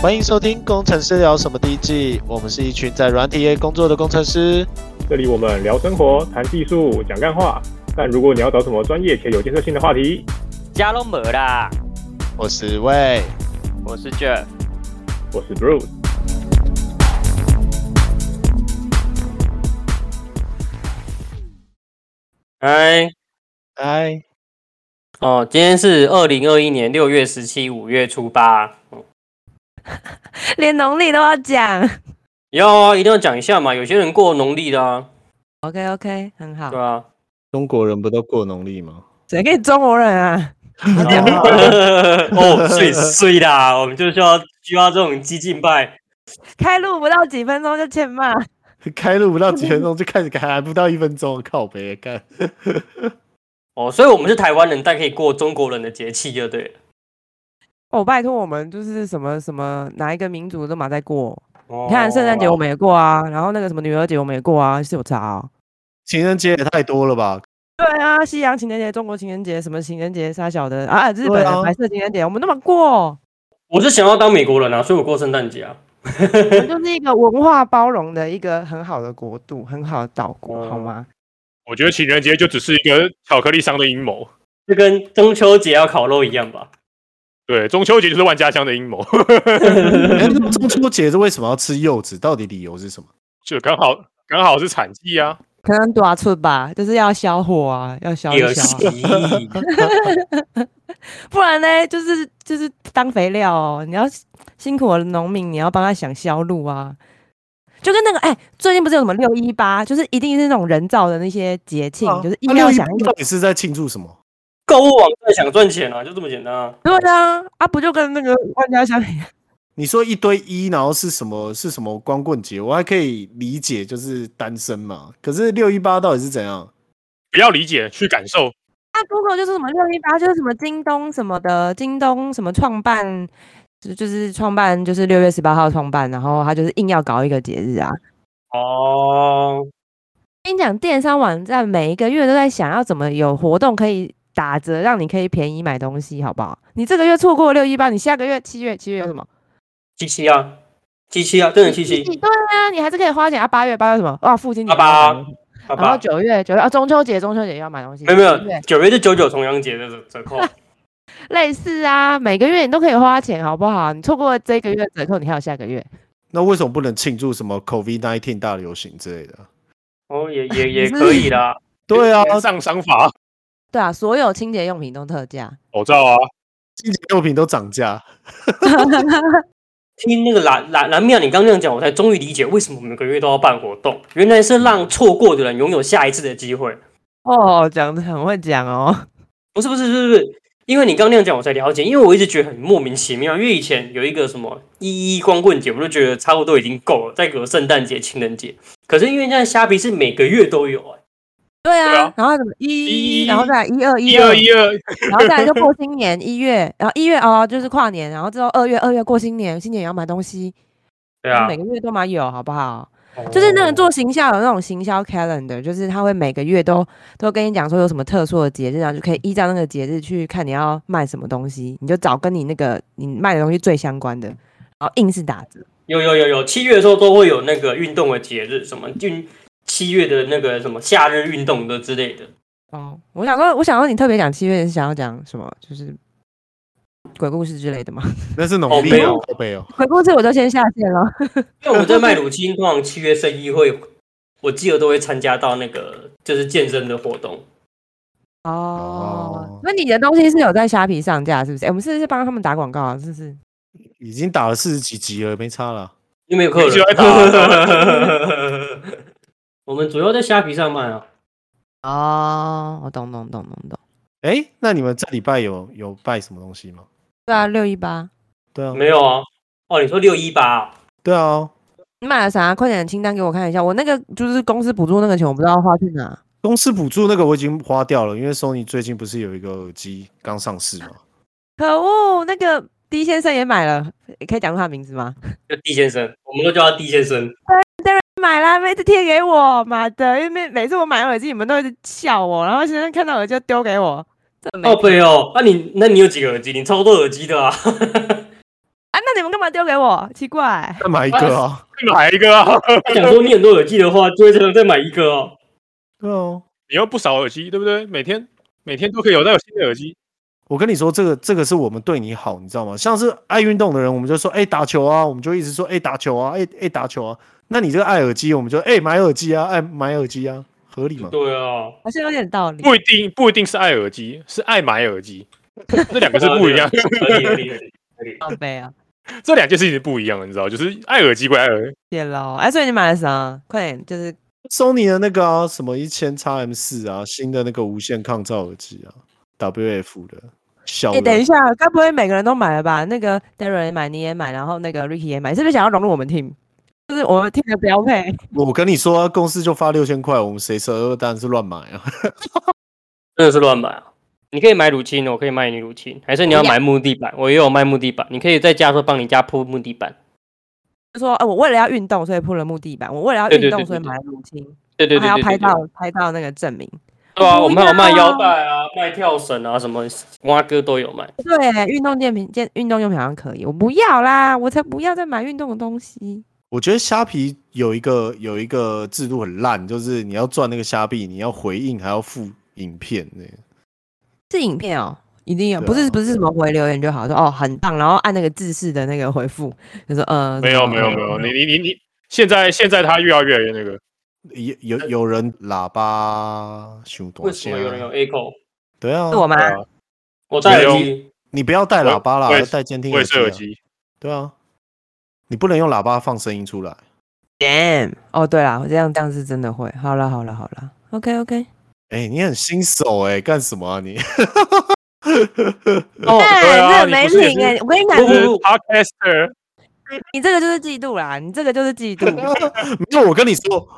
欢迎收听《工程师聊什么》第一季，我们是一群在软体业工作的工程师。这里我们聊生活、谈技术、讲干话。但如果你要找什么专业且有建设性的话题，加隆没啦，我是魏，我是 Jeff。我是 Bruce。嗨，嗨，哦，今天是二零二一年六月十七，五月初八。连农历都要讲。要啊，一定要讲一下嘛，有些人过农历的啊， OK OK，很好对。啊。中国人不都过农历吗？谁跟你中国人 啊？ 哦，碎碎啦，我们就需要需要这种激进派。开录不到几分钟就欠骂， 开录不到几分钟就开始开，还不到一分钟， 靠北干。哦，所以我们是台湾人，但可以过中国人的节气，就对了。哦，拜托我们就是什么什么哪一个民族都马在过。哦你看圣诞节我们也过啊，然后那个什么女儿节我们也过啊，是有差哦。情人节也太多了 吧？对啊， 西洋情人节、中国情人节、什么情人节、啥小的啊，日本对啊的白色情人节，我们那么过，我是想要当美国人啊，所以我过圣诞节啊。 我们就是一个文化包容的一个很好的国度，很好的岛国，好嗯吗？我觉得情人节就只是一个巧克力商的阴谋。就跟中秋节要烤肉一样吧？对，中秋节就是万家香的阴 谋，哎，那中秋节是为什么要吃柚子？到底理由是什么？就刚好刚好是产季啊。可能多出吧，就是要消火啊，要消一有消啊、戏，不然呢，就是就是当肥料哦。你要辛苦的农民，你要帮他想销路啊。就跟那个哎、最近不是有什么六一八，就是一定是那种人造的那些节庆，啊就是硬要哦想一到个。底是在庆祝什么？购物网站想赚钱啊，就这么简单啊。对啊，啊不就跟那个 啊万家香一样？你说一堆一，然后是什么是什么光棍节，我还可以理解，就是单身嘛。可是六一八到底是怎样？不要理解，去感受。啊，Google 就是什么六一八，就是什么京东什么的，京东什么创办，就就是创办就是六月十八号创办，然后他就是硬要搞一个节日啊。哦，跟你讲，电商网站每一个月都在想要怎么有活动可以打折，让你可以便宜买东西，好不好？你这个月错过六一八，你下个月七月七月有什么？七七啊，七七啊，真的七你七，对啊，你还是可以花钱啊。八月八月什么？哇，父亲节八八要买东西好然后吧？九月九月啊，中秋节中秋节要买东西，没有没有十月，九月是九九重阳节的折折 扣，类似啊，每个月你都可以花钱，好不好？你错过这个月折扣，你还有下个月。那为什么不能庆祝什么 COVID nineteen 大流行之类的？哦，也也也可以 啦。对啊，上商法对啊，所有清洁用品都特价。口罩啊，清洁用品都涨价，听那个蓝蓝蓝妙，你刚刚这样讲，我才终于理解为什么每个月都要办活动，原来是让错过的人拥有下一次的机会。哦，讲的很会讲哦。不是不是不是不是，因为你刚那样讲，我才了解，因为我一直觉得很莫名其妙，因为以前有一个什么一一光棍节，我就觉得差不多已经够了，再给我圣诞节、情人节。可是因为现在虾皮是每个月都有、哎，对对啊啊，然后什么一，然后再来一二一二一二，然后再来就过新年，一月，然后一月哦就是跨年，然后之后二月，二月过新年，新年也要买东西，对然啊哦后每，个月都买有，好不好？就是那个做行销有那种行销 calendar，就是他会每个月都都跟你讲说有什么特殊的节日，然后就可以依照那个节日去看你要卖什么东西，你就找跟你那个你卖的东西最相关的，然后硬是打折。有有有有，七月的时候都会有那个运动的节日，什么运七月的那个什么夏日运动的之类的。哦，我想说，我想说你特别讲七月是想要讲什么，就是鬼故事之类的吗？ 那是哦农历没有靠背哦。鬼故事我都先下线了。因为我们在卖乳清，通常七月生意会，我记得都会参加到那个就是健身的活动。哦哦，那你的东西是有在虾皮上架是不是？诶哎我们是不是帮他们打广告啊？是不是？已经打了四十几集了，没差了。有没有客你喜人欢？我们主要在虾皮上卖啊。哦，我懂懂懂懂懂。哎，那你们这礼拜有有拜什么东西吗？对啊，六一八，对啊，没有啊。哦，你说六一八？对啊，你买了啥？快点清单给我看一下。我那个就是公司补助那个钱，我不知道花去哪。公司补助那个我已经花掉了，因为 Sony 最近不是有一个耳机刚上市嘛？可恶，那个 D 先生也买了，可以讲出他名字吗？就 D 先生，我们都叫他 D 先生。买啦，妹子贴给我，妈的！因为每每次我买耳机，你们都一直笑我，然后现在看到耳机就丢给我，这没啊哦，对哦。那、你那你有几个耳机？你超多耳机的啊。啊？那那你们干嘛丢给我？奇怪，再买一个啊，再买一个啊！ 他想说你很多耳机的话，就会再再买一个哦。对哦。你又不少耳机，对不对？每天每天都可以有到有新的耳机。我跟你说，这个这个是我们对你好，你知道吗？像是爱运动的人，我们就说，哎、打球啊，我们就一直说，哎、打球啊，哎、哎、打球啊。那你这个爱耳机，我们就哎、买耳机啊，爱买耳机啊，合理吗？对啊， 好像有点道理。不一定不一定是爱耳机，是爱买耳机，这两个是不一 样，合理合理合理合理。 宝贝啊，这两件事情是不一样的，你知道？就是爱耳机归爱耳，谢喽。哎，所以你买了啥？快点，就是索尼的那个啊，什么一千 x M 四啊，新的那个无线抗噪耳机啊，WF 的小哎、啊的。等一下，该不会每个人都买了吧？那个 Darren 也买，你也买，然后那个 Ricky 也买，是不是想要融入我们 team？就是我们 team 的标配。我跟你说啊、公司就发六千块，我们谁舍得当然是乱买啊。 真的是乱买啊！你可以买乳清，我可以卖你乳清，还是你要买木地板？我也有卖木地板，你可以在家说帮你家铺木地板。就说，呃，我为了要运动，所以铺了木地板；我为了要对运对动，对所以对买了乳清，对对对还要对拍对到拍到那个证明。对啊，我们还有卖不要腰带啊，卖跳绳啊，什么蛙哥都有卖。对，运动用品、健运动用品好像可以，我不要啦，我才不要再买运动的东西。我觉得虾皮有一个有一个制度很烂，就是你要赚那个虾币，你要回应还要附影片那个。是影片哦，一定有，对不是啊不是什么回留言就好，说哦很棒，然后按那个制式的那个回复，就说呃没有没有没有，你你你你，现在现在它越来越那个，有有有人喇叭熊多为什么有人有 echo？啊对啊是，我吗？对啊我戴耳机，你不要带喇叭啦，我也要戴监听我也是啊耳机，对啊，你不能用喇叭放声音出来。 Damn！哦对啦，我这样这样是真的会。好了好了好了，OK OK。哎、你很新手哎、干什么啊你？哦，对啊这没你不是也品哎、我跟你讲不，就不是不 Podcaster，你你这个就是嫉妒啦，你这个就是嫉妒。没有，我跟你说，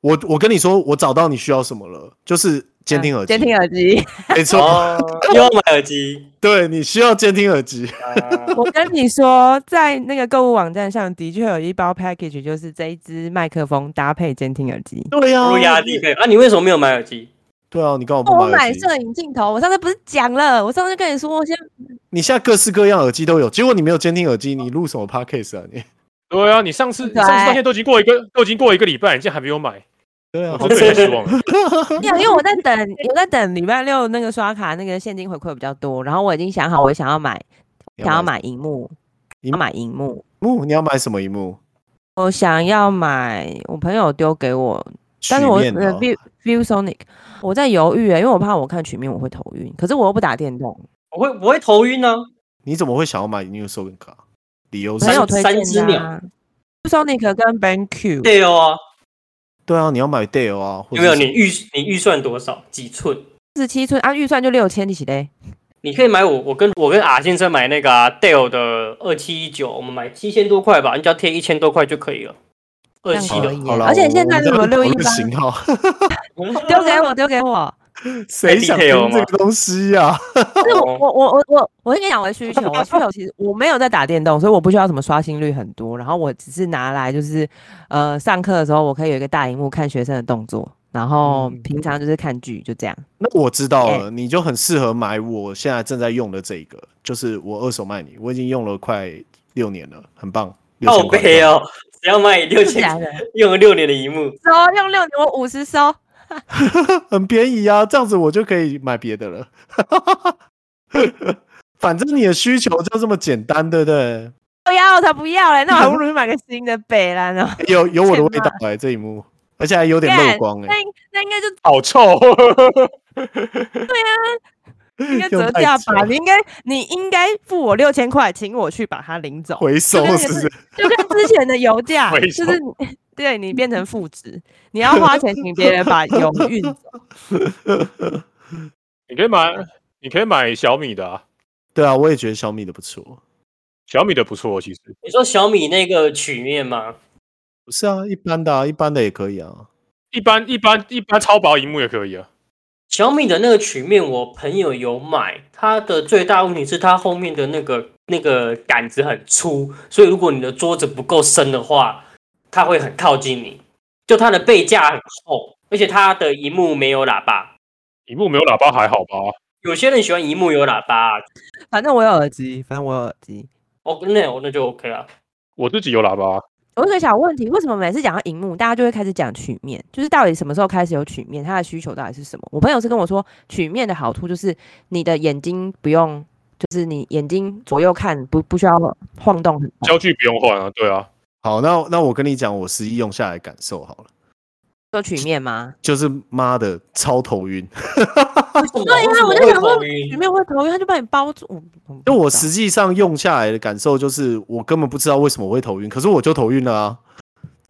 我我跟你说，我找到你需要什么了，就是 监听耳机。啊监听耳 机。没错，哦，又要买耳机。对你需要监听耳机。啊我跟你说，在那个购物网站上的确有一包 package，就是这一支麦克风搭配监听耳机。对呀、不啊，如压低配啊！你为什么没有买耳机？对啊，你干嘛不我买买耳机？摄影镜头，我上次不是讲了，我上次就跟你说，我先你现在各式各样耳机都有，结果你没有监听耳机，你录什么 podcast 啊你？对啊，你上次你对上次到现在都已经过一个都已经过一个礼拜，你竟然还没有买，对啊我，真的很失望了。没有，因为我在等，我在等礼拜六那个刷卡那个现金回馈比较多，然后我已经想好我想要买，你想要买荧幕，荧要买荧幕，幕，你要买什么荧幕？我想要买，我朋友丢给我，但是曲我面呃哦 View View Sonic，我在犹豫、欸，因为我怕我看曲面我会头晕，可是我又不打电动， 我会我会头晕啊！你怎么会想要买 New s o n 卡？理由是朋友有推三只荐的、啊、View Sonic 跟 BenQ，对哦啊，对啊，你要买 Dell 啊，或有者没有？是你预你预算多少？几寸？四七寸，啊按、预算就六千一起嘞，你可以买我，我跟我跟阿先生买那个、啊、Dell 的二七一九，我们买七千多块吧，你只要贴一千多块就可以了。二这七好样可的了以好了，而且我现在我们什在么讨论618型号，丢给我，丢给我。谁想听 detail 这吗个东西呀、啊？哦是我我我我我我跟你讲我的需求，我的需求其实我没有在打电动，所以我不需要什么刷新率很多，然后我只是拿来就是呃上课的时候我可以有一个大荧幕看学生的动作，然后嗯平常就是看剧就这样。那我知道了，你就很适合买我现在正在用的这个，就是我二手卖你，我已经用了快六年了，很棒。靠6000块背哦，只要买六真的假千，的？用了六年的荧幕，收用六年我五十收，很便宜啊，这样子我就可以买别的了。反正你的需求就这么简单，对不对？不要我才不要嘞，那我还不如去买个新的北兰呢。有有我的味道哎、这一幕，而且还有点漏光哎、那应那应该就好臭！应该用折太价久吧？你应该你应该付我六千块，请我去把它领走。回收就跟那个是不是？就跟之前的油价，回就收是你对你变成负值，你要花钱请别人把油运走。 你可以买，你可以买小米的啊，对啊，我也觉得小米的不错。小米的不错，其实你说小米那个曲面吗？不是啊，一般的、啊，一般的也可以啊。一般一般一般超薄荧幕也可以啊。小米的那个曲面，我朋友有买，它的最大问题是它后面的那个那个杆子很粗，所以如果你的桌子不够深的话，它会很靠近你。就它的背架很厚，而且它的荧幕没有喇叭。荧幕没有喇叭还好吧？有些人喜欢荧幕有喇叭，反正我有耳机，反正我有耳机，哦，那我那就 OK 啦。我自己有喇叭，我有个小问题，为什么每次讲到荧幕，大家就会开始讲曲面？就是到底什么时候开始有曲面？它的需求到底是什么？我朋友是跟我说，曲面的好处就是你的眼睛不用，就是你眼睛左右看不不需要晃动很大，焦距不用换啊，对啊，好，那那我跟你讲，我实际用下来感受好了，做曲面吗？就是妈的超头晕，对啊我就想说曲面会头晕，它就把你包住。我我不因为我知道实际上用下来的感受就是，我根本不知道为什么我会头晕，可是我就头晕了啊，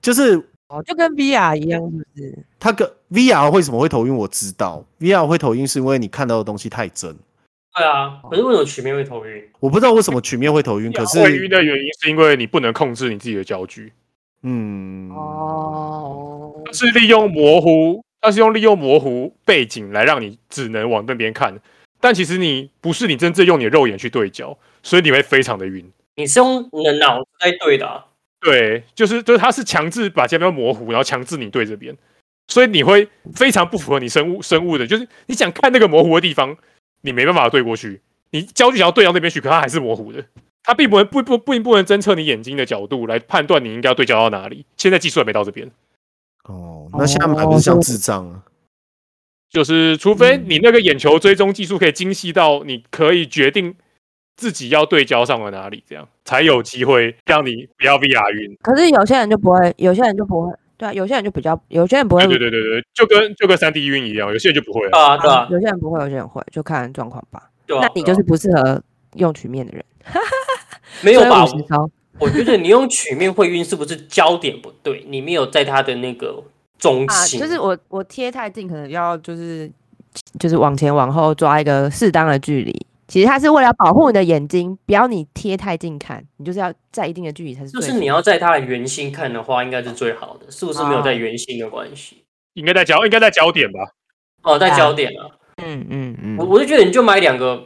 就是哦，就跟 VR 一样，是不是？它跟 VR 为什么会头晕，我知道 VR 会头晕是因为你看到的东西太真，对啊，可是为什么曲面会头晕？我不知道为什么曲面会头晕，可会晕是的原因是因为你不能控制你自己的焦距，嗯，哦，它是利用模糊，它是用利用模糊背景来让你只能往那边看，但其实你不是你真正用你的肉眼去对焦，所以你会非常的晕。你是用你的脑子在对的、啊，对，就是就是它是强制把这边模糊，然后强制你对这边，所以你会非常不符合你生物生物的，就是你想看那个模糊的地方，你没办法对过去，你焦距想要对到那边去，可它还是模糊的。它并不能不不并不能侦测你眼睛的角度来判断你应该要对焦到哪里。现在技术还没到这边，哦，那下面还不是像智障啊？就是除非你那个眼球追踪技术可以精细到你可以决定自己要对焦上了哪里，这样才有机会让你不要 VR 晕。可是有些人就不会，有些人就不会，对啊，有些人就比较，有些人不会对，对对对对，就跟就跟三 D 晕一样，有些人就不会对。啊，啊对啊，有些人不会，有些人会，就看状况吧。对啊。那你对就啊是不适合用曲面的人，没有吧？五十招。我觉得你用曲面会晕，是不是焦点不对？你没有在它的那个中啊，心，就是我我贴太近，可能要就是就是往前往后抓一个适当的距离。其实它是为了保护你的眼睛，不要你贴太近看，你就是要在一定的距离才是就最。是你要在它的圆心看的话，应该是最好的，是不是没有在圆心的关啊系？应该在焦，应该在焦点吧？哦，在对啊焦点啊，嗯嗯嗯哦我我就觉得你就买两个，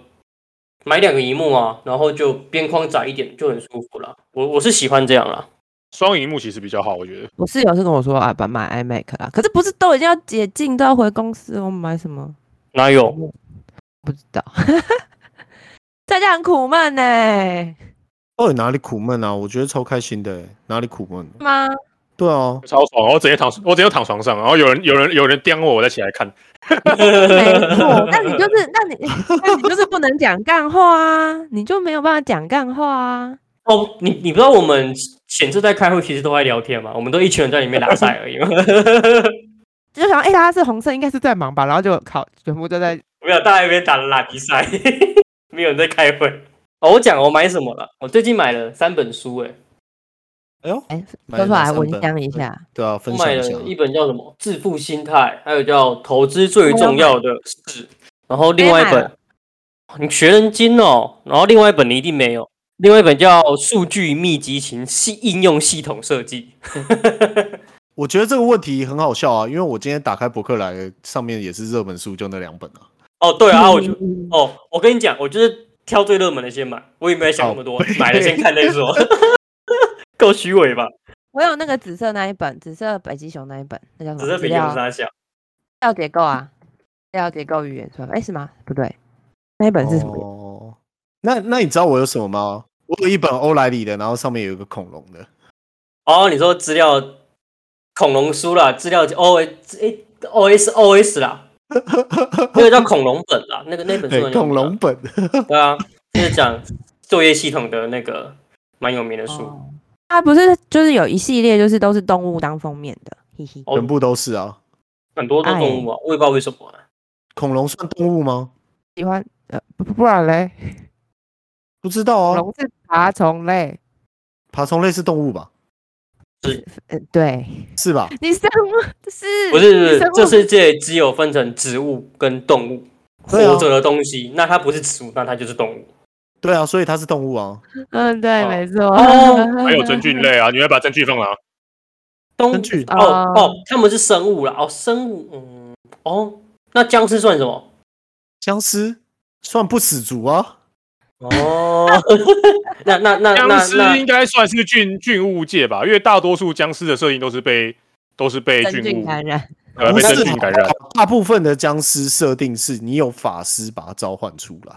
买两个荧幕啊，然后就边框窄一点就很舒服了。我我是喜欢这样啊啦，双荧幕其实比较好，我觉得。我室友是跟我说啊，把买 iMac 啦，可是不是都已经要解禁都要回公司，我买什么哪有？不知道，在家很苦闷呢、到底哪里苦闷啊？我觉得超开心的、欸哪里苦闷？是吗？对啊，超爽！我直接躺，我直接躺床上，然后有人有人有人颠我，我再起来看。 哦没错，那你就是，那你， 那你就是不能讲干话啊，你就没有办法讲干话啊。哦，你你不知道我们显示在开会，其实都在聊天嘛，我们都一群人在里面打赛而已嘛。 就想，哎、欸，他是红色，应该是在忙吧，然后就考全部都在。没有，大家一边打拉比赛， 没有人在开会。哦，我讲我买什么了？我最近买了三本书、欸诶，哎呦，哎、买说出了来三闻本香一下，对啊，我分享买一了下。一本叫什么《致富心态》，还有叫《投资最重要的事》，然后另外一谁买本了你学人精哦，然后另外一本你一定没有，另外一本叫《数据密集型系应用系统设计》。我觉得这个问题很好笑啊，因为我今天打开博客来，上面也是热门书，就那两本啊。哦，对啊，我就嗯哦，我跟你讲，我就是挑最热门的先买，我也没想那么哦多，买了先看再 说，够虚伪吧？我有那个紫色那一本，紫色北极熊那一本，那叫什么？只是比资料较傻笑。资料结构啊，资料结构语言算法，哎、是吗？不对，那一本是什么？哦，那那你知道我有什么吗？我有一本欧莱里的，然后上面有一个恐龙的。哦，你说资料恐龙书啦，资料 O S O S O S 啦，那个叫恐龙本啦，那个那本书对很有名啊恐龙本，对啊，就是讲作业系统的那个蛮有名的书。哦它不是就是有一系列，就是都是动物当封面的，嘿嘿。哦全部都是啊。很多都动物啊，我也不知道为什么啊、恐龙算动物吗？喜欢呃，不不然嘞，不知道啊，龙是爬虫类，爬虫类是动物吧？呃，对， 是吧？你生物这是不是你生，物这世界只有分成植物跟动物，对啊活着的东西，那它不是植物，那它就是动物。对啊，所以它是动物啊。嗯，对，哦没错，哦 还有真菌类啊，你会把真菌放哪？动根据哦啊哦，他们是生物啦，哦，生物，嗯，哦，那僵尸算什么？僵尸算不死族啊？哦， 那那那那僵尸那应该算是菌菌物界吧，因为大多数僵尸的设定都是被都是被真菌菌物感染，呃不被是真菌感染啊好。不好大部分的僵尸设定是你有法师把它召唤出来，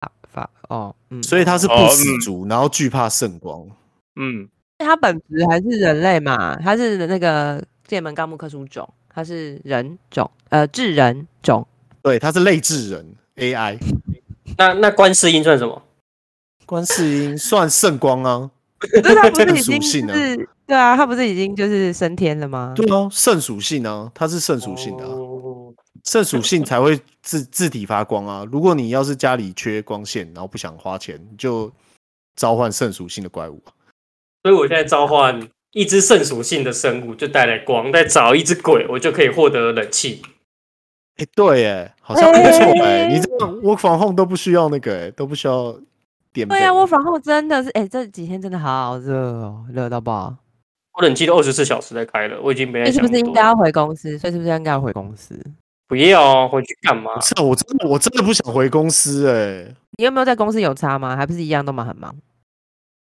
好法哦，嗯，所以他是不哦死嗯族，然后惧怕圣光。嗯，它本质还是人类嘛，它是那个界门纲目科属种，它是人种，呃，智人 种，对，他是类智人 AI，那那观世音算什么？观世音算圣光啊，可是它不是已这个属经性就呢是对啊，它不是已经就是升天了吗？对啊，圣属性啊，他是圣属性的、啊，哦圣属性才会自自体发光啊。如果你要是家里缺光线，然后不想花钱，你就召唤圣属性的怪物啊。所以我现在召唤一只圣属性的生物，就带来光；再找一只鬼，我就可以获得冷气。哎、对，哎，好像不错哎、哎你这样 work from home 都不需要那个、哎，都不需要点。对啊，我反后真的是，哎、这几天真的好热哦，热到爆。我冷气都二十四小时在开了，我已经没你在是想不那是么应多该了。要回公司？所以是不是应该要回公司？不要啊回去干嘛？是啊，我真的我真的不想回公司哎、你有没有在公司有差吗？还不是一样都忙很忙？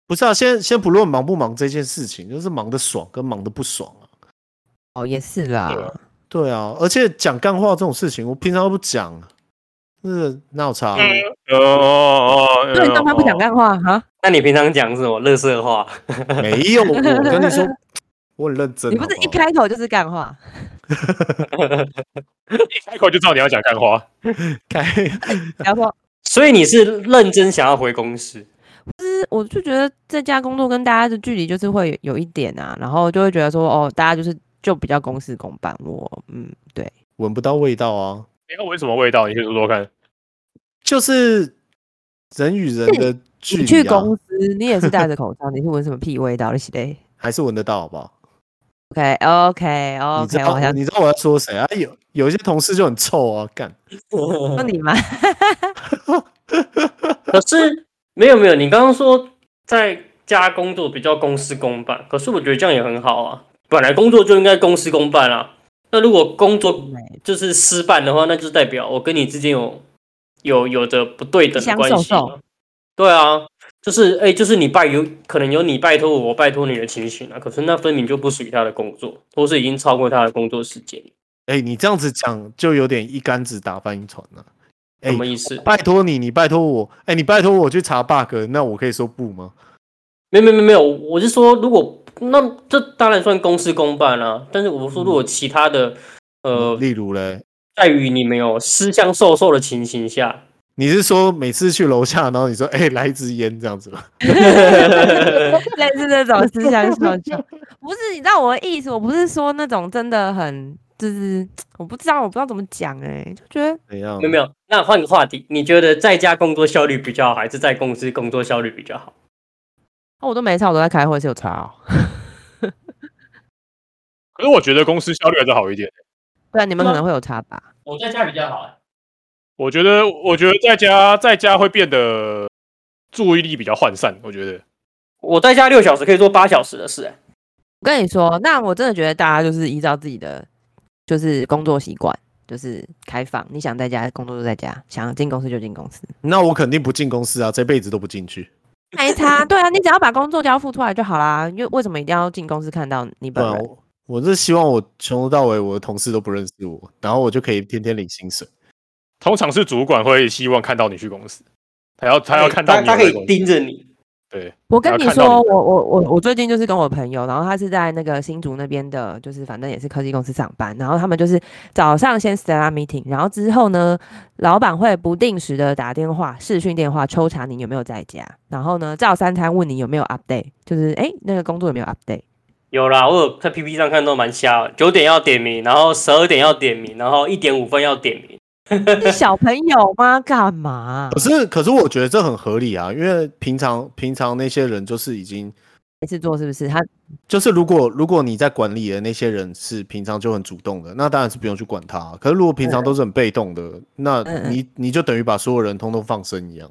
不是啊，先先不论忙不忙这件事情，就是忙得爽跟忙得不爽啊。哦，也是啦，对啊，而且讲干话这种事情，我平常都不讲，是哪有差啊？哎哦哦哦，那你当他不啊讲干话哈？那你平常讲什么乐色话？没有，我跟你说， 我很认真。你不是好一好开头就是干话？一开口就知道你要讲干话，开，然后说所以你是认真想要回公 司？不是，我就觉得在家工作跟大家的距离就是会有有一点啊，然后就会觉得说，哦，大家就是就比较公事公办。我嗯，对，闻不到味道啊，你要闻什么味道？你先说说看。就是人与人的距你离去啊，公司你也是戴着口罩，你是闻什么屁味道？你是嘞还是闻得到，好不好？ ？OK OK 你知哦 OK，我道好像你知道我要说谁啊？有有一些同事就很臭啊，干。说你 吗？可是没有没有，你刚刚说在家工作比较公事公办，可是我觉得这样也很好啊。本来工作就应该公事公办啊。那如果工作就是失败的话，那就代表我跟你之间有有有着不对等的相关受系受嘛。对啊，就是哎、就是你拜有可能有你拜托我，我拜托你的情形啊。可是那分明就不属于他的工作，或是已经超过他的工作时间，哎、你这样子讲就有点一竿子打翻一船了、哎什么意思？拜托你，你拜托我，哎、你拜托我去查 bug，那我可以说不吗？没有没有没有没有，我是说，如果那这当然算公事公办啊，但是我说如果其他的，呃，例如嘞，在于你没有私相授受的情形下，你是说每次去楼下，然后你说， 哎、来一支烟这样子吗？类似这种思想小球，不是你知道我的意思，我不是说那种真的很就是我不知道我不知道怎么讲哎、就觉得怎样没有？没有。那换个话题，你觉得在家工作效率比较好，还是在公司工作效率比较好？哦我都没差，我都在开会是有差哦。可是我觉得公司效率还是好一点。对啊，你们那可能会有差吧？我在家比较好、我觉得，我觉得在家在家会变得注意力比较涣散。我觉得我在家六小时可以做八小时的事、欸，我跟你说，那我真的觉得大家就是依照自己的就是工作习惯，就是开放，你想在家工作就在家，想进公司就进公司，那我肯定不进公司啊，这辈子都不进去。 没差。对啊，你只要把工作交付出来就好啦。因为为什么一定要进公司看到你不本然人？我我是希望我从头到尾我的同事都不认识我，然后我就可以天天领薪水。通常是主管会希望看到你去公司，他要他要看到他你他可有以在公司。盯着你。对，我跟要你看到说，你我我我我最近就是跟我朋友，然后他是在那个新竹那边的，就是反正也是科技公司上班，然后他们就是早上先 stand meeting，然后之后呢，老板会不定时的打电话、视讯电话抽查你有没有在家，然后呢照三餐问你有没有 update，就是哎那个工作有没有 update，有啦，我有在 PPT 上看都蛮瞎的，九点要点名，然后十二点要点名，然后一点五分要点名。是小朋友吗？干嘛可？是可是我觉得这很合理啊，因为平常平常那些人就是已经没事做是不是？他就是如果如果你在管理的那些人是平常就很主动的，那当然是不用去管他。啊可是如果平常都是很被动的，那嗯嗯你你就等于把所有人通通放生一样。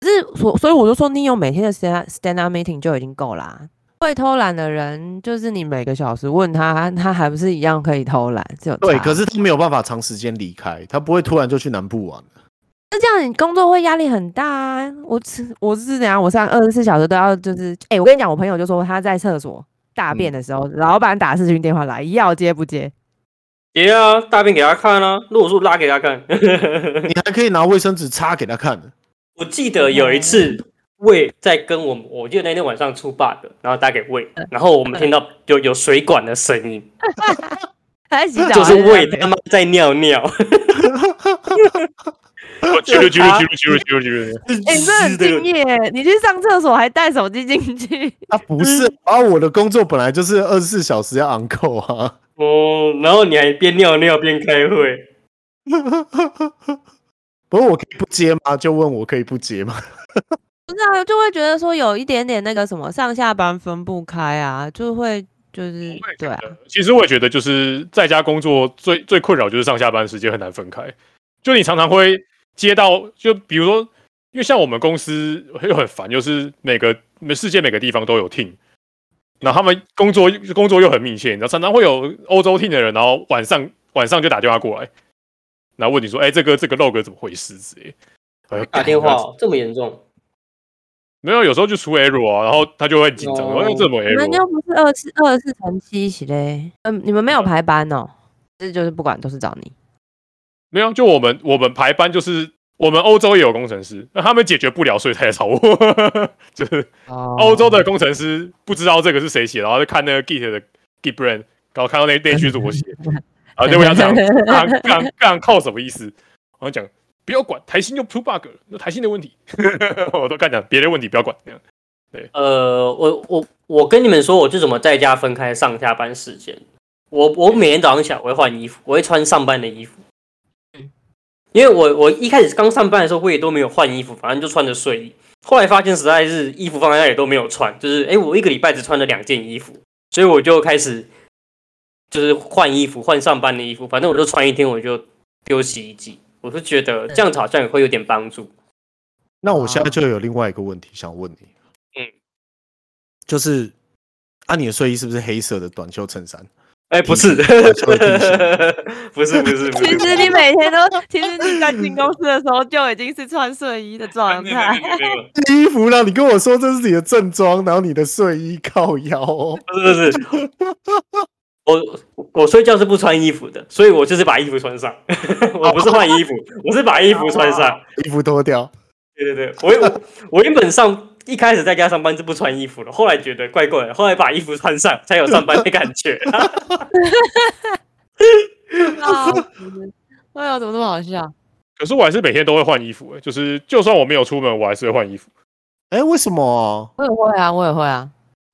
可是所所以我就说，你有每天的 stand stand up meeting 就已经够啦、会偷懒的人，就是你每个小时问他，他还不是一样可以偷懒？只有对，差可是他没有办法长时间离开，他不会突然就去南部玩。那这样你工作会压力很大啊！我是我是怎样？我上二十四小时都要就是，哎、我跟你讲，我朋友就说他在厕所大便的时嗯候，老板打视讯电话来，要接 不接？别啊，大便给他看啊，如果说拉给他看。你还可以拿卫生纸擦给他看。我记得有一次哦魏在跟我们，我记得那天晚上出 bug，然后打给魏，嗯然后我们听到有有水管的声音，他在洗澡，啊就是为魏他妈在尿尿，记录记录记录记录记录记录， 哎，你这很敬业，你去上厕所还带手机进去，啊，不是啊，我的工作本来就是二十四小时要 on call 啊。 哦，然后你还边尿尿边开会，不过我可以不接吗？就问我可以不接吗？不是啊，就会觉得说有一点点那个什么上下班分不开啊，就会就是对啊，其实我也觉得，就是在家工作最最困扰就是上下班时间很难分开，就你常常会接到，就比如说，因为像我们公司又很烦，就是每个每世界每个地方都有 team，然后他们工作工作又很密切，你知道常常会有欧洲 team 的人，然后晚上晚上就打电话过来，然后问你说，哎、这个这个 log 怎么回事之类的，哎呦打干电话 哦这么严重，没有，有时候就出 error 啊，然后他就会很紧张，哦哎，这怎么你们 error？又不是二四二四乘七起嘞，嗯，你们没有排班哦，这就是不管都是找你，没有，就我们我们排班就是我们欧洲也有工程师，那他们解决不了，所以才来找我。 就是欧洲的工程师不知道这个是谁写，然后就看那个 Git 的 Git brand，然后看到那那一句是我写，然后就问他讲杠杠杠靠什么意思？然后讲不要管台新又出 bug，了，那台新的问题， 我都干讲别的问题不要管这样。呃，我我我跟你们说，我是怎么在家分开上下班时间。我我每天早上起来我会换衣服，我会穿上班的衣服，嗯因为我我一开始刚上班的时候，我也都没有换衣服，反正就穿着睡衣。后来发现实在是衣服放在那里都没有穿，就是哎、诶我一个礼拜只穿了两件衣服，所以我就开始就是换衣服，换上班的衣服，反正我就穿一天我就丢洗衣机。我是觉得这样子好像也会有点帮助。那我现在就有另外一个问题想问你，啊嗯，就是啊，你的睡衣是不是黑色的短袖衬衫？哎、不 是，袖 T 恤不是不是不是。其实你每天都，其实你在进公司的时候就已经是穿睡衣的状没有没有态。没有没有没有衣服啦，你跟我说这是你的正装，然后你的睡衣靠腰哦。不是不是，我我我睡觉是不穿衣服的，所以我就是把衣服穿上， 我不是换衣服，我是把衣服穿上。衣服脱掉，对对对，我我我原本上一开始在家上班是不穿衣服的，后来觉得怪怪的，后来把衣服穿上才有上班的感觉。 啊 哎呦，怎么这么好笑？可是我还是每天都会换衣服、欸，就是就算我没有出门，我还是会换衣服。哎、为什么？我也会啊，我也会啊。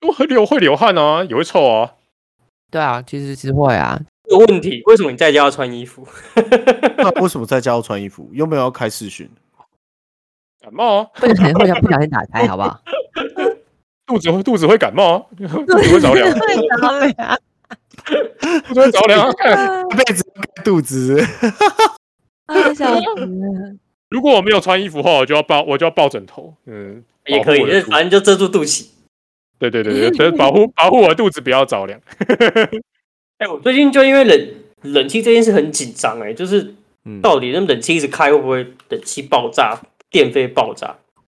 我会流会流汗啊，也会臭啊。对啊，其实是会啊。有问题，为什么你在家要穿衣服？ 那为什么在家要穿衣服？又没有要开视讯？感冒啊，不小心会不小心打开，好不好？肚子会肚子会感冒啊， 肚子会着凉啊，会着凉。肚子会着凉啊。 看这辈子盖肚子，啊，笑死！如果我没有穿衣服的话，我就要抱我就要抱枕头，嗯，也可以，保护就我的是肚反正就遮住肚脐。对对对对，所以保护保护我的肚子不要着凉。哎、我最近就因为冷冷气这件事很紧张，哎，就是嗯，到底那冷气一直开会不会冷气爆炸，电费爆炸？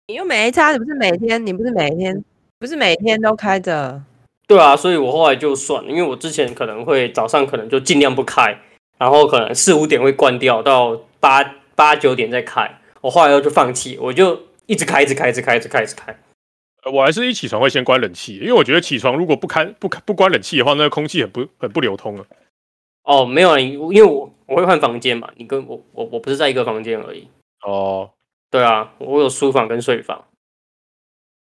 你又没差，你不是每天，你不是每天，不是每天都开着。对啊，所以我后来就算了，因为我之前可能会早上可能就尽量不开，然后可能四五点会关掉，到八八九点再开。我后来就放弃，我就一直开，一直开，一直开，一直开，一直开。呃我还是一起床会先关冷气，因为我觉得起床如果不开不开不关冷气的话，那个空气很不很不流通啊。哦，没有啊，因因为我我会换房间嘛，你跟我我我不是在一个房间而已。哦，对啊，我有书房跟睡房。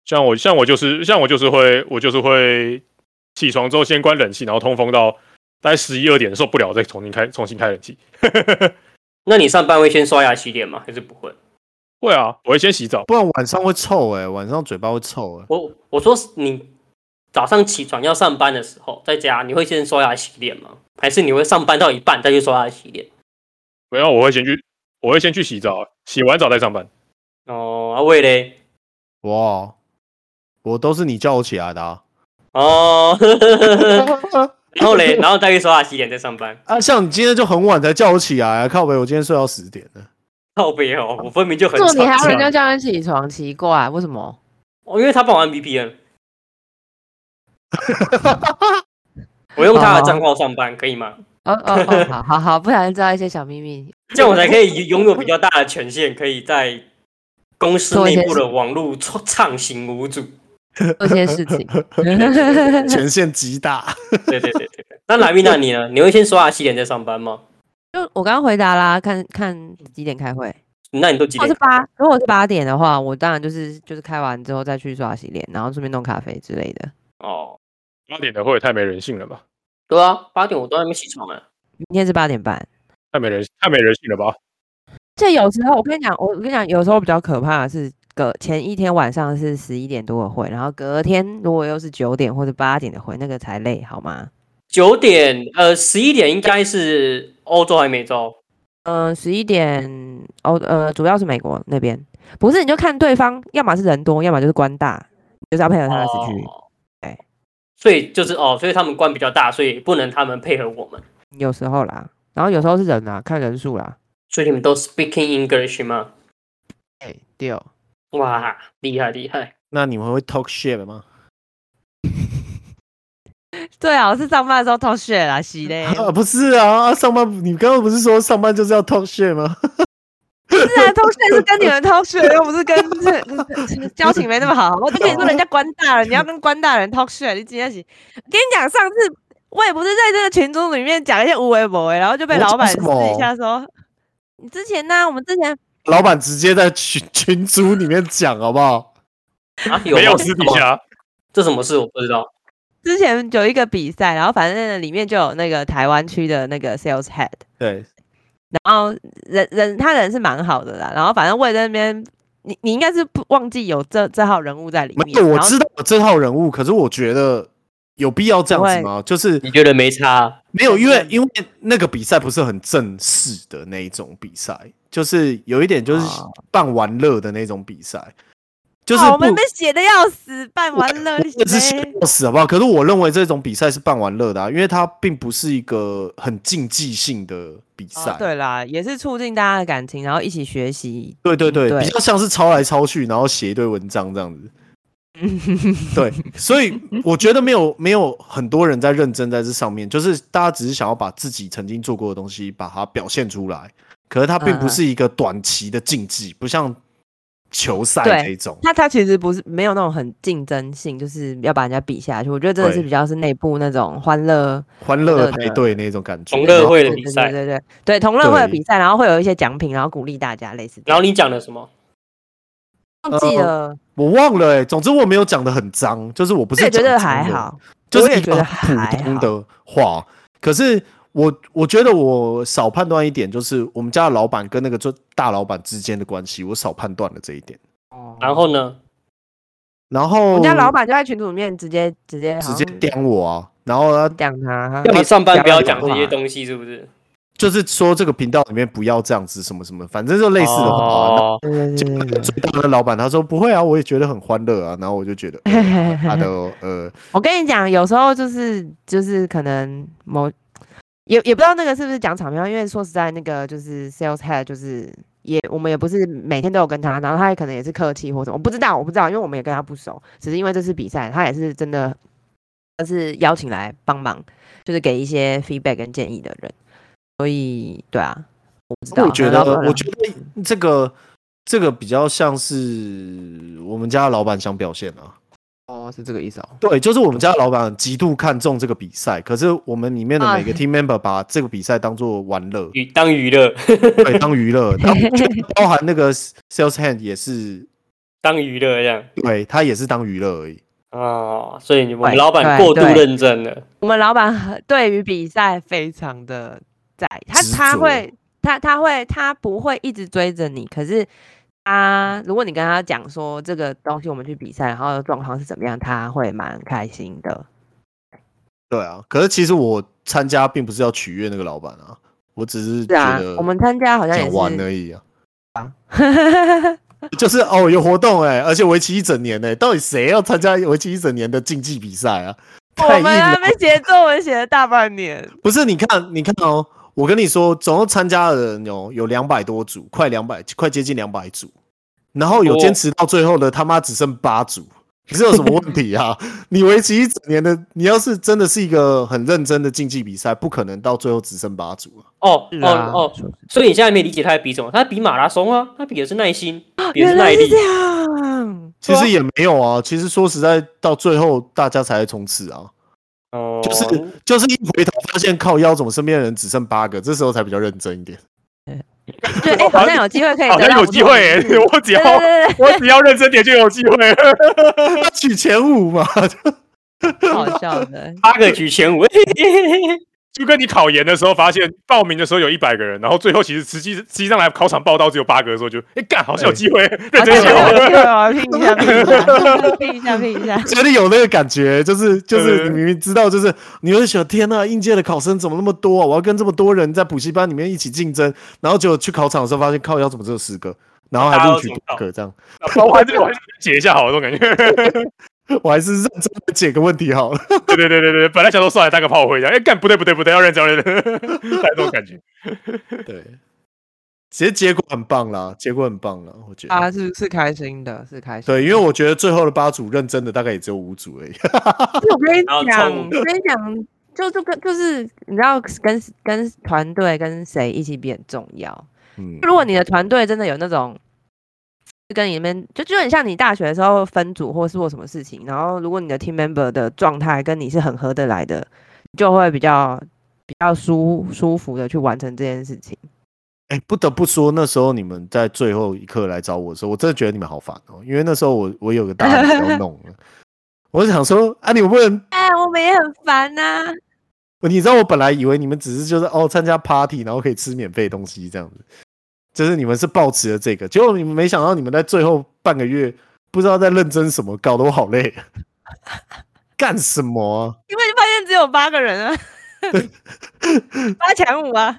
像我像我就是像我就是会我就是会起床之后先关冷气，然后通风到大概十一二点受不了再重新开重新开冷气。那你上班会先刷牙洗脸吗？还是不会？会啊，我会先洗澡。 不然晚上会臭哎、晚上嘴巴会臭哎、我我说是你早上起床要上班的时候，在家你会先刷牙洗脸吗？还是你会上班到一半再去刷牙洗脸？没有，我会先去我会先去洗澡，洗完澡再上班。哦，阿伟嘞？哇，我都是你叫我起来的 啊！ 哦，然后嘞，然后再去刷牙洗脸再上班。啊，像你今天就很晚才叫我起来、啊，靠北，我今天睡到十点 了。靠背哦，我分明就很做吵你还要人架家叫你起床，奇怪，为什么？哦，因为他帮我按 VPN，我用他的账号上班可以吗？哦哦哦，好好好，不小心知道一些小秘密。这样我才可以拥有比较大的权限，可以在公司做一内些部的网络畅畅行无阻。做一些事 情。权限极大。对对对对对。那莱米娜你呢？你会先刷牙洗脸再上班吗？就我刚刚回答啦，看看几点开会。那你都几如果点哦是？八，如果是八点的话，我当然就是就是开完之后再去刷洗脸，然后顺便弄咖啡之类的。哦，八点的会也太没人性了吧？对啊，八点我都还没起床啊呢。明天是八点半。太没人太没人性了吧？这有时候我跟你讲，我我跟你讲，有时候比较可怕的是隔前一天晚上是十一点多的会，然后隔天如果又是九点或者八点的会，那个才累好吗？九点呃十一点应该是欧洲还是美洲？嗯，十一点哦，呃，主要是美国那边，不是你就看对方，要么是人多，要么就是官大，你就是要配合他的时区。哦对所以就是哦，所以他们官比较大，所以不能他们配合我们。有时候啦，然后有时候是人啦，看人数啦。所以你们都 speaking English 吗？哎，对哦，哇，厉害厉害！那你们会 talk shit 吗？，对啊，我是上班的时候偷血啦，洗嘞 啊，不是啊，上班你刚刚不是说上班就是要 talk shit 吗？ 是啊，偷血是跟你们偷血，又不是跟这这交情没那么好。我就跟你说，人家官大人，你要跟官大人偷血，你今天洗。我跟你讲，上次我也不是在这个群组里面讲一些无为博为，然后就被我老讲板什试么一下说，你之前呢、我们之前老板直接在群群组里面讲好不好？啊，有没有吗私底，下，这什么事我不知道。之前有一个比赛，然后反正里面就有那个台湾区的那个 sales head，对，然后人人他人是蛮好的啦，然后反正我也在那边，你你应该是不忘记有这这号人物在里没面，有，我然后知道我这套人物，可是我觉得有必要这样子吗？就是你觉得没差？啊没有，因为因为那个比赛不是很正式的那一种比赛，就是有一点就是哦半玩乐的那种比赛，就是哇啊哦我不们被写的要死，办完了我真的是笑嘞死好不好？可是我认为这种比赛是半玩乐的、啊，因为它并不是一个很竞技性的比赛。哦对啦，也是促进大家的感情，然后一起学习。嗯对对对，对比较像是抄来抄去，然后写一堆文章这样子。对，所以我觉得没有没有很多人在认真在这上面，就是大家只是想要把自己曾经做过的东西把它表现出来，可是它并嗯不是一个短期的竞技，不像球赛对这种。 他他其实不是没有那种很竞争性，就是要把人家比下去。我觉得真的是对比较是内部那种欢乐，欢乐乐派的对那种感觉，同乐会对的对比对赛。对对对同乐会的对比赛，然后会有一些奖品，然后鼓励大家类似这然样。后你讲的什么？忘记呃了，我忘了哎、欸，总之我没有讲的很脏，就是我不我是也觉讲得脏还的，好，就我是也一觉个得很还普通好的话。哦可是我我觉得我少判断一点，就是我们家的老板跟那个做大老板之间的关系，我少判断了这一点。哦然后呢？然后我们家老板就在群组里面直接直接哦直好接像啊刁我啊，然后他讲他，要你上班不要讲讲的这话些东西，是不是？就是说这个频道里面不要这样子，什么什么，反正就类似的话、啊。哦，对对结对果那对个对最大的老板他说不会啊，我也觉得很欢乐啊，然后我就觉 得 呃他的呃我跟你讲，有时候就是就是可能某也也不知道那个是不是讲场面话，因为说实在，那个就是 sales head 就是也我们也不是每天都有跟他，然后他也可能也是客气或什么，我不知道我不知道，因为我们也跟他不熟，只是因为这次比赛，他也是真的，他是邀请来帮忙，就是给一些 feedback 跟建议的人，所以对啊，我不知道，我觉然得后，我觉得这个这个比较像是我们家的老板想表现啊。哦是这个意思哦，对，就是我们家的老板极度看重这个比赛，可是我们里面的每个哎 team member 把这个比赛当做玩乐，娱当娱乐，对，当娱 乐。然后我觉得包含那个 sales hand 也是， 当娱乐这样。对他也是当娱乐而已。哦，所以你们对老板对过度对认真了。我们老板很对于比赛非常的在，他执他着会他他会他不会一直追着你，可是他如果你跟他讲说这个东西我们去比赛，然后状况是怎么样，他会蛮开心的。对啊，可是其实我参加并不是要取悦那个老板啊，我只是是觉啊得，我们参加好像也讲玩而是，已啊。 就是哦，有活动哎、而且为期一整年呢、欸到底谁要参加为期一整年的竞技比赛啊？我太们硬了还没写作文写了大半年，不是，你看，你看哦，我跟你说，总共参加的人哦有有两百多组，快两百，快接近两百组，然后有哦坚持到最后的，他妈只剩八组，你是有什么问题啊？你为期一整年的，你要是真的是一个很认真的竞技比赛，不可能到最后只剩八组啊。哦是哦啊哦，所以你现在没理解他在比什么？他在比马拉松啊，他比的是耐心。也是原耐来力是。这样，其实也没有啊，其实说实在，到最后大家才会冲刺啊，哦，就是就是一回头发现靠腰，怎么身边的人只剩八个，这时候才比较认真一点。对，哎，好像有机会可以好得像到有不机错会的欸礼物我只对要对对对我只要认真点就有机会了。 他取前五嘛，对，好笑的，八个举 前五，就跟你考研的时候发现，报名的时候有一百个人，然后最后其实实际实际上来考场报道只有八个的时候就，哎干，好像有机啊会，认真有写好了。有有拼一下，拼一下，拼一下，拼一下。 觉得有那个感觉，就是就是对你明明知道，就是你会想，天呐，应届的考生怎么那么多啊？我要跟这么多人在补习班里面一起竞争，然后结果去考场的时候发现靠腰怎么只有十个，然后还录取多个这样，我还是我还是解一下好了，这种感觉。 我还是认真的解个问题好了。对对对对对，本来想说算了，当个炮灰这样，哎干，不对不对不对，要认真要 认真，大概这种感 觉。对，其实结果很棒啦，结果很棒啦，我觉得。啊，是是开心的，是开心的。对，因为我觉得最后的八组认真的大概也只有五组而已。哦我跟你然后讲，冲我跟你讲，就就跟就是你知道跟跟团队跟谁一起比很重要。嗯，如果你的团队真的有那种，就跟你们就就很像你大学的时候分组或是做什么事情，然后如果你的 team member 的状态跟你是很合得来的，就会比较比较舒舒服的去完成这件事情。哎、不得不说，那时候你们在最后一刻来找我的时候，我真的觉得你们好烦哦、因为那时候我我有个大案子要弄了， 我想说啊，你们不能，哎，我们也很烦啊呐、你知道我本来以为你们只是就是哦参加 party，然后可以吃免费东西这样子，就是你们是抱持了这个，结果你们没想到你们在最后半个月不知道在认真什么，搞得我好累， 干什么、啊？因为你发现只有八个人 啊， 八强五啊，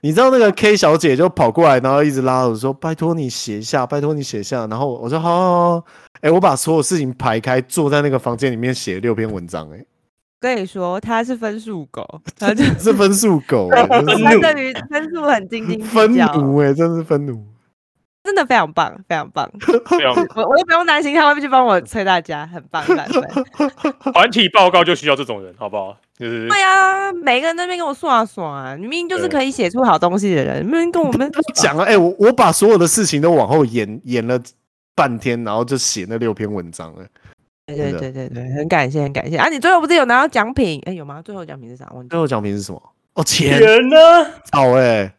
你知道那个 K 小姐就跑过来，然后一直拉着我说：“拜托你写一下，拜托你写一下。”然后我说：“好好好。”哎，我把所有事情排开，坐在那个房间里面写了六篇文章、哎， 跟你说他是分数狗，他就是分数狗、哎真的是他对于分数很斤斤分计较，奴哎、真的是分奴。真的非常棒，非常棒。对啊，我我也不用担心他会不会去帮我催大家，很棒，很棒。团体报告就需要这种人，好不好？就是对啊，每个人在那边跟我耍耍，你明明就是可以写出好东西的人，明明跟我们讲了哎，我我把所有的事情都往后延延了半天，然后就写那六篇文章了。对对真的对对对，很感谢，很感谢啊！你最后不是有拿到奖品？哎，有吗？最后奖品是啥？忘记最了。后奖品是什么？哦，啊钱人呢？好哎、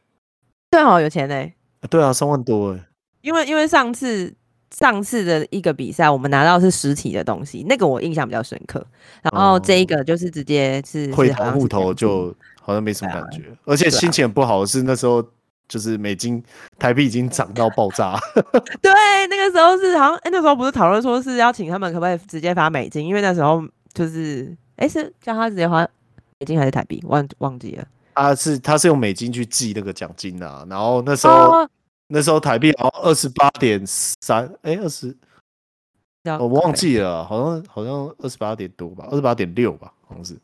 对哦，有钱呢、对啊，三万多哎、因为因为上次上次的一个比赛，我们拿到是实体的东西，那个我印象比较深刻。然后这一哦个就是直接是会是好头像户是头奖品就好像没什么对感啊觉，而且对啊心情很不好的是那时候就是美金台币已经涨到爆 炸，对，那个时候是好像哎、那时候不是讨论说是要请他们可不可以直接发美金，因为那时候就是哎、是叫他直接发美金还是台币，忘忘记了。他啊是他是用美金去记那个奖金的啊、然后那时候、哦那时候台币好像二十八点三，哎二十叫我忘记了啊，好像好像二十八点多吧，二十八点六吧，好像是。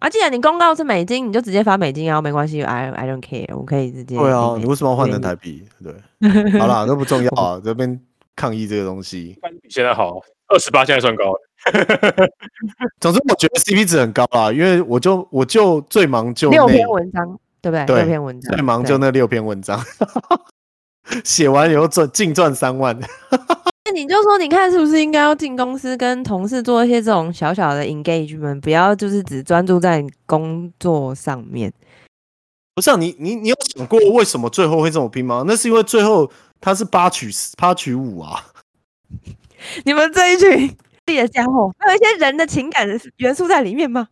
啊！既然你公告是美金，你就直接发美金啊，没关系，I I don't care，我可以直接对啊领，美你为什么要换成愿意台币？对，好啦，那不重要啊，这边抗议这个东西。比现在好，二十八现在算高了。总之我觉得 CP 值很高啦，因为我就我就最忙就六那篇文章，对不对？对六篇文章最忙就对那六篇文章， 写完以后赚净赚三万。 那你就说，你看是不是应该要进公司跟同事做一些这种小小的 engagement，不要就是只专注在工作上面。不是、啊、你你你有想过为什么最后会这么拼吗？那是因为最后他是八取四八取五啊，你们这一群自己的家伙，还有一些人的情感元素在里面吗？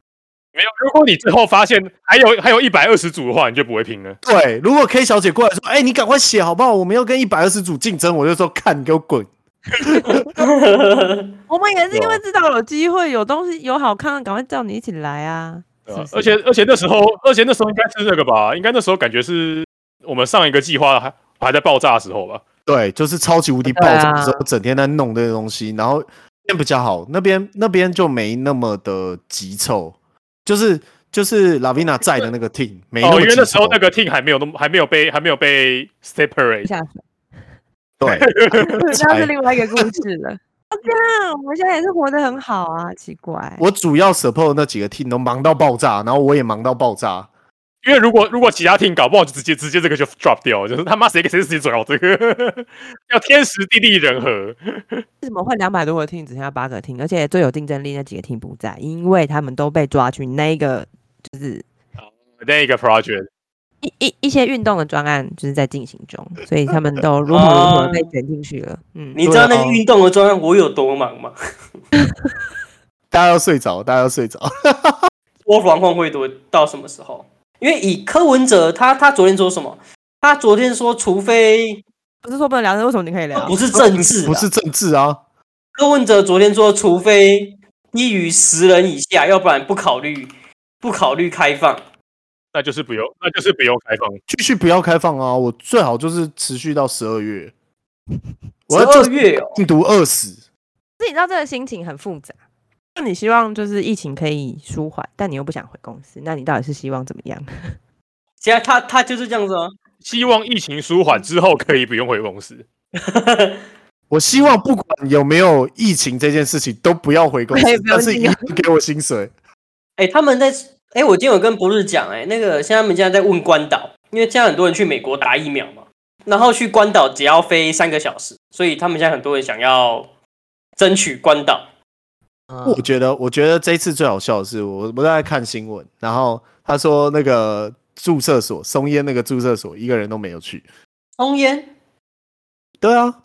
没有，如果你最后发现还有还有一百二十组的话，你就不会拼了。对。如果 K 小姐过来说，哎、你赶快写好不好？我们要跟一百二十组竞争，我就说看你给我滚。我们也是因有啊为知道有机会、有东西、有好看的，赶快叫你一起来啊！对是吧不是而且 而且那时候，而且那时候应该是那个吧，应该那时候感觉是我们上一个计划还还在爆炸的时候吧。对，就是超级无敌爆对啊炸的时候，整天在弄这些东西，然后那边比较好，那边那边就没那么的急凑，就是就是 Lavina 在的那个 team 没那么哦，因为那急时候凑那个 team 还没有那么还没有被还没有被 separate。下水，对，那是另外一个故事了。 哦这样，我们现在也是活得很好啊，奇怪。我主要 support 那几个 team 都忙到爆炸，然后我也忙到爆炸，因为如果如果其他 team 搞不好就直接直接这个就 drop 掉了，就是他妈谁给谁谁转到这个， 要天时地利人和。为什么会两百多个 team 只剩下八个 team，而且最有竞争力那几个 team 不在，因为他们都被抓去那一个就是那个 project 一一一些运动的专案就是在进行中，所以他们 都如何如何被卷进去了。嗯，你知道对那个啊运动的专案我有多 忙吗？大家要睡着，大家要睡着。我防控会多到什么时候？因为以柯文哲他他昨天说什么？他昨天说，除非不是哦说不能聊，为什么你可以聊？不是政治啊， 不是政治啊，柯文哲昨天说，除非低于十人以下，要不然不考虑不考虑开放。那就是不用，那就是不用开放。继续不要开放啊！我最好就是持续到十二月，十我要就二是月哦，病毒饿死。是你知道这个心情很复杂。那你希望就是疫情可以舒缓，但你又不想回公司，那你到底是希望怎么样？ 现在他他就是这样子啊。希望疫情舒缓之后可以不用回公司。我希望不管有没有疫情这件事情，都不要回公司对不，要但是一进啊定给我薪水。哎、他们在哎、我今天有跟博士讲，哎，那个现在他们现在在问关岛，因为现在很多人去美国打疫苗嘛，然后去关岛只要飞三个小时，所以他们现在很多人想要争取关岛。我觉得，我觉得这一次最好笑的是，我我在看新闻，然后他说那个注射所松烟那个注射所一个人都没有去。松烟对啊，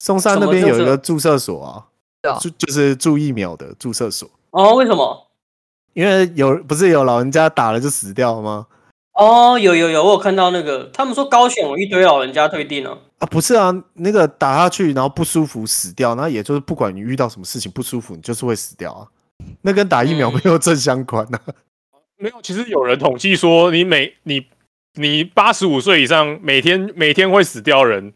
松山那边什么注有射一个注射所啊对啊，就就是注疫苗的注射所，哦，为什么？因为有不是有老人家打了就死掉了吗？哦，有有有，我有看到那个，他们说高雄有一堆老人家退订了、哦啊，不是啊，那个打下去然后不舒服死掉，那也就是不管你遇到什么事情不舒服，你就是会死掉啊。那跟打疫苗没有正相关啊。没有，其实有人统计说，你每你你八十五岁以上，每天每天会死掉的人，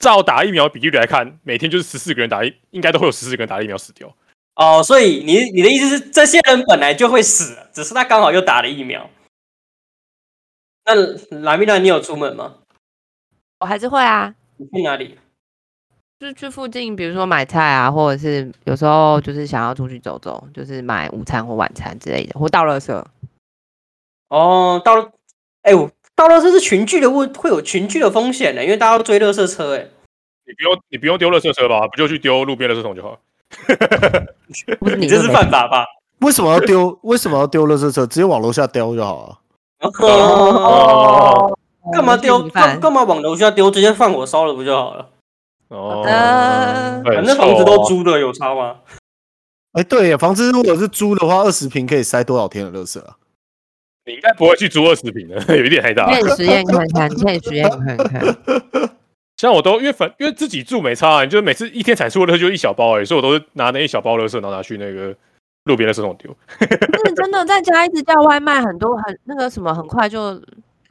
照打疫苗比例来看，每天就是十四个人打疫，应该都会有十四个人打疫苗死掉。哦，所以你你的意思是这些人本来就会死，只是他刚好又打了疫苗。那拉米娜，你有出门吗？我还是会啊，你去哪里？就是去附近，比如说买菜啊，或者是有时候就是想要出去走走，就是买午餐或晚餐之类的，或到垃圾。哦，到了，哎、我到垃圾是群聚的问，会有群聚的风险的，因为大家都追垃圾车、哎，你不用你不用丢垃圾车吧？不就去丢路边垃圾桶就好了。不是你这就是没犯法吧？ 为什么要丢？为什么要丢垃圾车？直接往楼下丢就好了。啊 哦，哦干嘛丢？你干犯干嘛往楼下丢？直接放火烧了不就好了？哦呃很反正臭房子都哦租的，有差吗？哎、对耶，房子如果是租的话，二十平可以塞多少天的垃圾啊？你应该不会去租二十平的， 有一点太大可。以实验看看，你可以实验看 看。像我都因为反因为自己住没差、啊，你就是每次一天产出的垃圾就一小包而已，所以我都是拿那一小包垃圾，然后拿去那个路边垃圾桶丢。是真的，在家一直叫外卖，很多很那个什么，很快就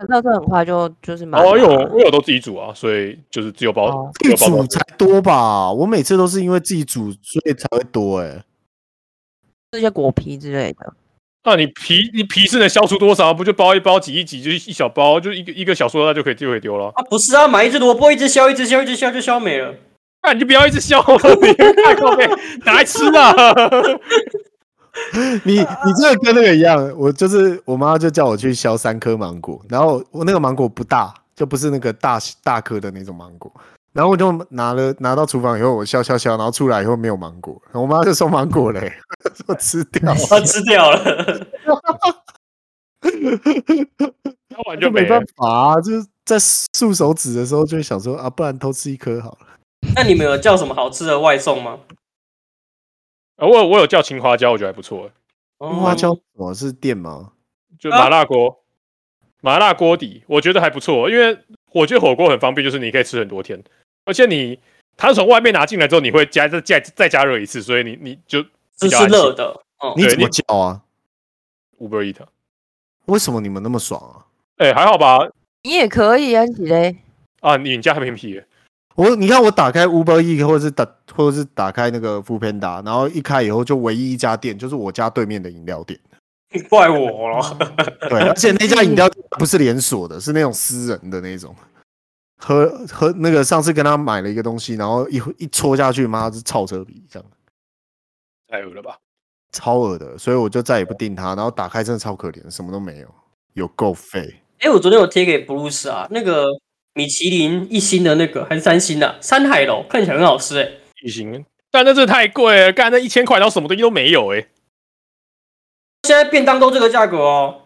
乐色很快就就是买。哦，因为我因为我都自己煮啊，所以就是只有包，哦只自有包包煮才多吧？我每次都是因为自己煮，所以才会多。哎，这些果皮之类 的，那你皮你皮是能消除多少？不就包一包挤一挤，就是一小包，就一个一个小塑料袋就可以就可以丢了。啊，不是啊，买一只萝卜，一只削，一只削，一只削就削没 了。那你就不要一直削我，你太靠背，拿来吃啊！你你这个跟那个一样，我就是我妈就叫我去削三颗芒果，然后我那个芒果不大，就不是那个大大颗的那种芒果。然后我就拿了拿到厨房以后，我削削削，然后出来以后没有芒果，然后我妈就说芒果嘞， 我吃掉，他啊吃掉了。削完就就没没办了。法、啊，就是在竖手指的时候就会想说啊，不然偷吃一颗好哦了。 那你们有叫什么好吃的外送吗？啊我有我有叫青花椒，我觉得还不错，欸哦花椒我是电吗？就麻辣锅，麻辣锅底，我觉得还不错，因为我觉得火锅很方便，就是你可以吃很多天，而且你它是从外面拿进来之后，你会加再再再加热一次，所以你你就这比较是安心热的。哦，你对怎么你叫啊？ Uber Eat。啊为什么你们那么爽啊？哎、还好吧？你也可以啊，你嘞。啊，你你家很偏僻耶，我你看我打开 Uber E 或者是打或者是打开那个 f o o Panda，然后一开以后就唯一一家店就是我家对面的饮料店，怪我了。对，而且那家饮料店不是连锁的，是那种私人的那种。喝喝那个上次跟他买了一个东西，然后一一戳下去，妈是超车皮这样，太恶了吧？超恶的，所以我就再也不订它。然后打开真的超可怜，什么都没有。有够废。哎、我昨天有贴给 Bruce 啊，那个米其林一星的那个还是三星的、啊、山海楼，看起来很好吃哎、旅行，但那真的太贵了，干那一千块，然后什么东西都没有哎、现在便当都这个价格哦，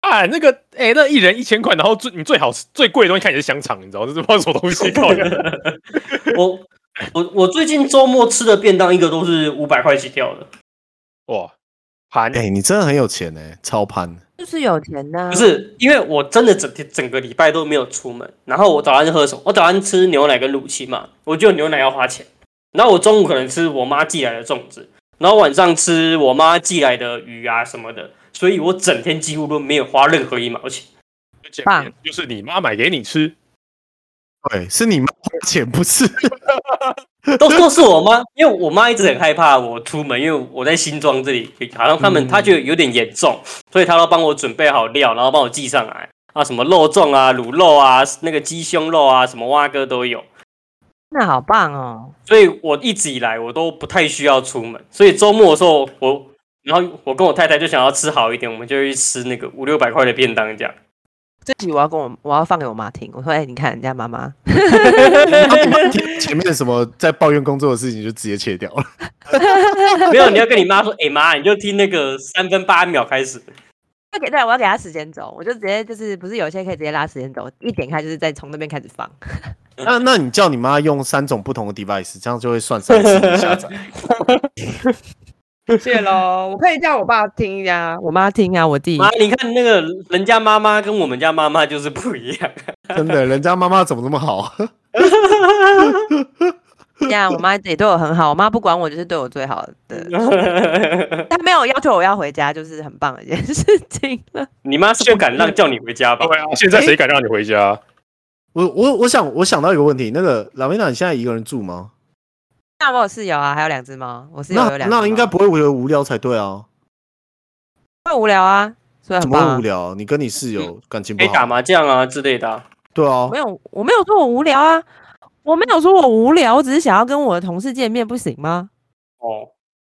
啊，那个哎、那一人一千块，然后最你最好吃最贵的东西看起来是香肠，你知道吗这是不知道什么东西，靠呀！ 我我我最近周末吃的便当一个都是五百块起跳的，哇，盘哎、你真的很有钱哎、超潘。就是有钱呐、不是因为我真的整天整个礼拜都没有出门，然后我早上喝什么？我早上吃牛奶跟乳清嘛，我就牛奶要花钱，然后我中午可能吃我妈寄来的粽子，然后晚上吃我妈寄来的鱼啊什么的，所以我整天几乎都没有花任何一毛钱。就见面棒就是你妈买给你吃，对，是你妈花钱不是？ 都都是我妈，因为我妈一直很害怕我出门，因为我在新庄这里，好像他们她觉得有点严重，所以她都帮我准备好料，然后帮我寄上来啊，什么肉粽啊、卤肉啊、那个鸡胸肉啊、什么蛙哥都有，那好棒哦！所以我一直以来我都不太需要出门，所以周末的时候我，然后我跟我太太就想要吃好一点，我们就去吃那个五六百块的便当这样。这集我要跟我我要放给我妈听，我说哎、你看人家妈妈，那你妈听前面什么在抱怨工作的事情就直接切掉了。没有，你要跟你妈说，哎、妈，你就听那个三分八秒开始，要给对，我要给她时间轴，我就直接就是不是有些可以直接拉时间轴，一点开就是再从那边开始放。 那那你叫你妈用三种不同的 device，这样就会算三次的下 载。谢喽，我可以叫我爸听呀、我妈听啊，我弟妈，你看那个人家妈妈跟我们家妈妈就是不一样。真的，人家妈妈怎么那么好？ 呀，我妈也对我很好，我妈不管我就是对我最好嗯的，她没有要求我要回家，就是很棒的一件事情了。 你妈是不敢让叫你回家吧？对啊，现在哎谁敢让你回家？我我我想我想到一个问题，那个拉维娜，你现在一个人住吗？那我有室友啊，还有两只猫，我室友那有两只猫那应该不会觉得无聊才对啊？会无聊啊，所以怎很么棒、嗯会啊无。聊？你跟你室友感情可不以打好？麻将啊之类的啊、对啊没，有，我没有说我无聊啊，我没有说我无聊，我只是想要跟我的同事见面，不行吗？ 哦，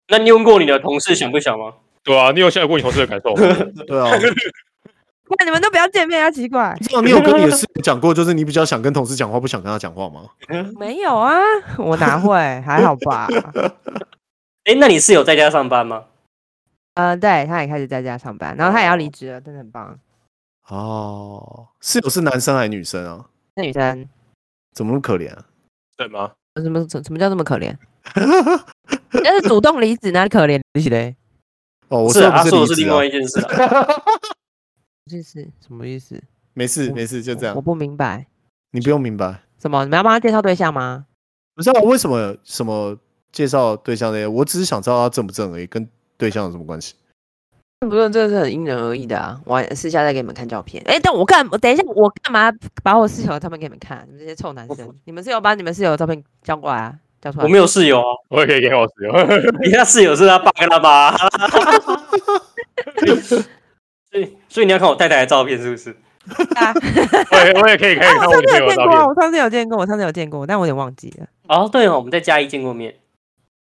那你问过你的同事想不想吗？对啊，你有想过你同事的感受吗？ 对 啊。。那你们都不要见面啊，奇怪这样你有跟你的室友讲过，就是你比较想跟同事讲话，不想跟他讲话吗？没有啊，我哪会？还好吧。 哎，那你室友在家上班吗？呃，对，他也开始在家上班，然后他也要离职了，真的很棒。哦，室友是男生还是女生啊？那女生呃怎么那么可怜、啊？对吗？什么什么叫这 么可怜？人家是主动离职，哪里可怜自己嘞？哦，我是说啊，的说不的是离职另啊外一件 事啊。就是什么意思？没事没事，就这我样，不明白。你不用明白。什么？你们要帮他介绍对象吗？不知道为什么什么介绍对象那些，我只是想知道他正不正而已，跟对象有什么关系？不是，这个是很因人而异的啊。我还私下再给你们看照片。哎、但我干，我等一下，我干嘛把我室友的照片给你们看？你们这些臭男生！你们室友把你们室友的照片交过来啊，交出来。我没有室友啊，我也可以给哦我室友，你那室友是他爸跟他妈。啊 所以，所以你要看我太太的照片是不是？啊。 我也我也可以可以哎、看我我上次室友有的见过照啊，片。我上次有见过，我上次有见过，但我有点忘记了。哦，对哦，我们在嘉义见过面。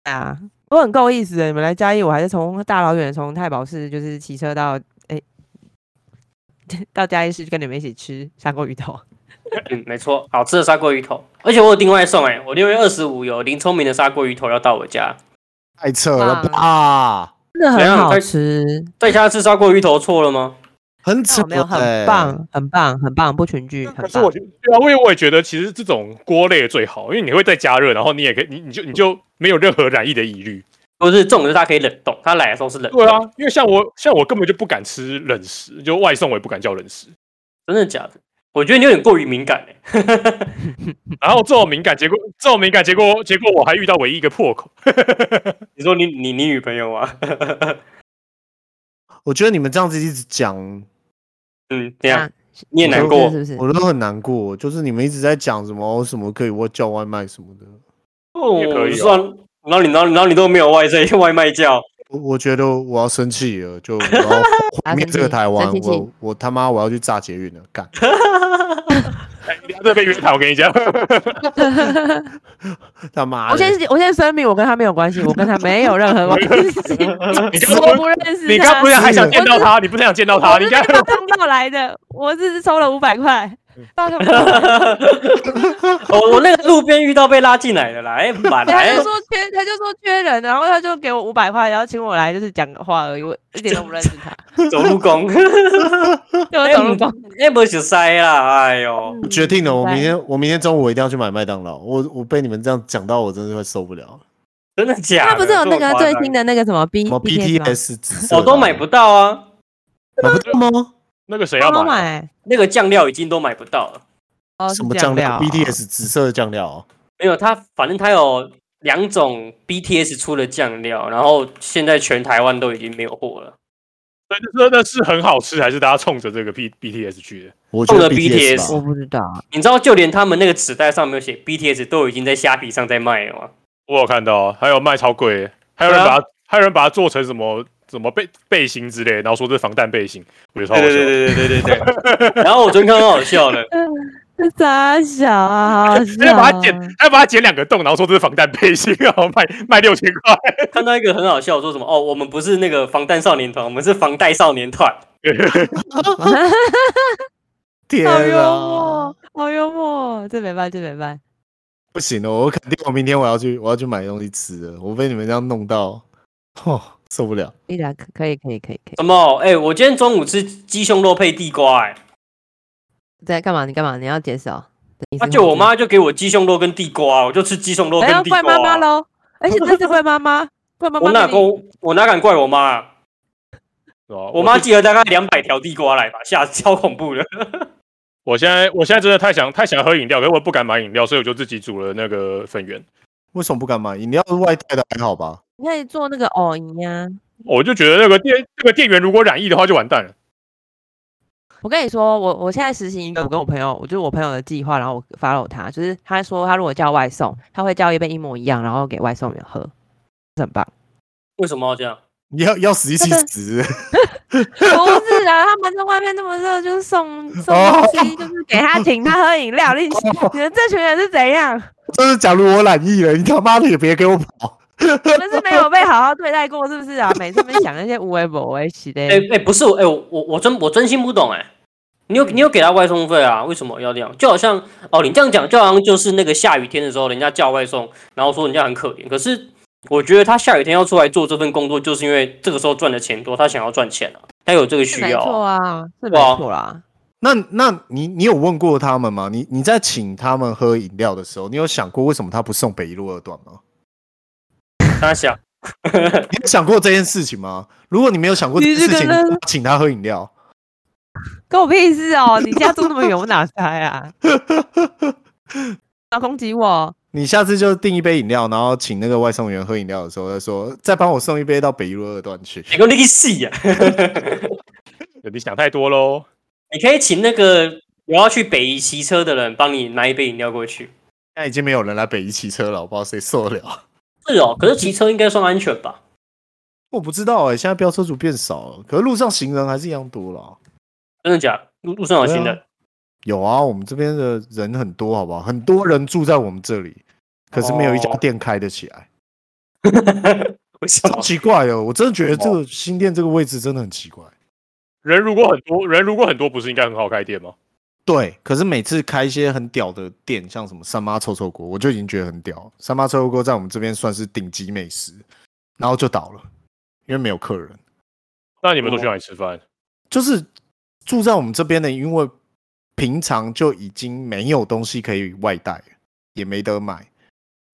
啊，我很够意思的，你们来嘉义，我还是从大老远从太保市，就是骑车到哎、 到嘉义市，跟你们一起吃砂锅鱼头。嗯，没错，好吃的砂锅鱼头，而且我有订外送哎、我六月二十五有林聪明的砂锅鱼头要到我家，太扯了吧，真的怎很样好在吃，在家吃砂锅鱼头错了吗？很扯、欸哦有没有很。棒，很棒，很棒，不群聚，可很是棒我。觉得，对啊，因为我也觉得其实这种锅类最好，因为你会再加热，然后你也可以，你你就你就没有任何染疫的疑虑。不是，重点是它可以冷冻，它来的时候是冷冻。对啊，因为像我像我根本就不敢吃冷食，就外送我也不敢叫冷食。真的假的？我觉得你有点过于敏感哎、然后这种敏感，结果这种敏感，结果结果我还遇到唯一一个破口。你说你你你女朋友啊？我觉得你们这样子一直讲， 嗯，怎样啊？你也难过是？不是？我都很难过。就是你们一直在讲什么哦什么可以我叫外卖什么的，哦也可以 哦算然后你然后你然后你都没有外在外卖叫，我觉得我要生气了，就我 要毁灭这个台湾生，气我我他妈我要去炸捷运了，干！你这被约谈，我跟你讲，他妈的！我先我先声明，我跟他没有关系，我跟他没有任何关系， 你刚我刚不不认识他。你刚刚不是还想见到他？你不是想见到他？我你是刚 被他通报来的，我只是收了五百块。嗯到头 哦我我那个路边遇到被拉进来的啦，哎， 马他来就，说缺，他就说缺人，然后他就给我五百块，然后请我来就是讲个话而已，我一点都不认识他，走路工， 对我哎走路工。哎，不是塞啦，哎呦，哦我 决定了，我明白明 天我明天中午我一定要去买麦当劳。我我被你们这样讲到，我真是会受不了。真的假的？他不是有那个最新的，的那个什么 B 什么 BTS 紫色的啊我哦都买不到啊，买不到吗？那个谁要要买？买那个酱料已经都买不到了。哦什么酱料料？BTS 啊紫色的酱料哦，没有，它反正它有两种 BTS 出的酱料，然后现在全台湾都已经没有货了。对，那那是很好吃，还是大家冲着这个 B BTS 去的？我觉得中了 BTS 我吧。不知道， 你知道，就连他们那个纸袋上面有写 BTS 都已经在虾皮上在卖了吗？我有看到啊，还有卖超贵的，还有人把它，还有人把它做成什么什么背背心之类的，然后说这是防弹背心，哦我觉得超好笑。对对对对 对。然后我昨天看到很好笑的，这傻小啊， 好好还要把它笑剪，还要把它剪两个洞，然后说这是防弹背心，然后卖卖六千块。看到一个很好笑，说什么哦，我们不是那个防弹少年团，我们是防弹少年团。天好幽啊默！，好幽默，这没办，这没办。不行了，我肯定我明天我要去我要去买东西吃了。我被你们这样弄到，哦，受不了。依然可可以，可以，可以，可以。什么？哎、我今天中午吃鸡胸肉配地瓜、哎，在干嘛？你干嘛？你要解释哦。你那、是啊就红我军，妈就给我鸡胸肉跟地瓜，我就吃鸡胸肉我跟要地哎怪妈瓜、啊 妈喽，而且这是怪妈妈，怪妈妈。我哪够？我哪敢怪我妈、啊？我我妈寄了大概两百条地瓜来吧，吓，超恐怖的。我现在我现在真的太想太想喝饮料，可是我不敢买饮料，所以我就自己煮了那个粉圆。为什么不敢买？饮料是外带的还好吧？你可以做那个哦藕泥呀。我就觉得那个店那个店员如果染疫的话就完蛋了。我跟你说，我我现在实行一个，我跟我朋友，我就是我朋友的计划，然后我 follow 他，就是他说他如果叫外送，他会叫一杯一模一样，然后给外送员喝，这很棒。为什么要这样？你要要死一起真的死， 不是啊，他们在外面那么热，就是送送东哦西，就是给他请他喝饮料。你你们这群人是怎样？就是假如我染疫了，你他妈的也别给我跑。你们是没有被好好对待过，是不是啊？ 每次没想那些无为不为系的哎、。哎、不是，哎、我我我真我真心不懂哎、你有你有给他外送费啊？为什么要这样？就好像哦，你这样讲，就好像就是那个下雨天的时候，人家叫外送，然后说人家很可怜。可是我觉得他下雨天要出来做这份工作，就是因为这个时候赚的钱多，他想要赚钱啊，他有这个是哦需没要错啊、啊，是没对啊错啦。那那你你有问过他们吗？你你在请他们喝饮料的时候，你有想过为什么他不送北一路二段吗？他想，你有想过这件事情吗？如果你没有想过这你件是事情，跟他你请他喝饮料，跟我屁事 哦！你家住那么远，我哪开啊？不要攻击我！你下次就订一杯饮料，然后请那个外送员喝饮料的时候，他说再帮我送一杯到北一路二段 去。你跟那个戏啊呀、你想太多喽。你可以请那个有要去北宜骑车的人帮你拿一杯饮料过去。现在已经没有人来北一骑车了， 我不知道谁受得了。是哦，可是骑车应该算安全吧？我不知道哎、现在飙车族变少了，可是路上行人还是一样多了啊、真的假的？路路上有行人对啊，有啊，我们这边的人很多，好不好？很多人住在我们这里，可是没有一家哦店开得起来，为什超么？奇怪的。我真的觉得这个新店这个位置真的很奇怪。人如果很多，人如果很多，不是应该很好开店吗？对，可是每次开一些很屌的店，像什么三妈臭臭锅，我就已经觉得很屌。三妈臭臭锅在我们这边算是顶级美食，然后就倒了，因为没有客人。那你们都去哪里吃饭？就是住在我们这边的，因为平常就已经没有东西可以外带，也没得买，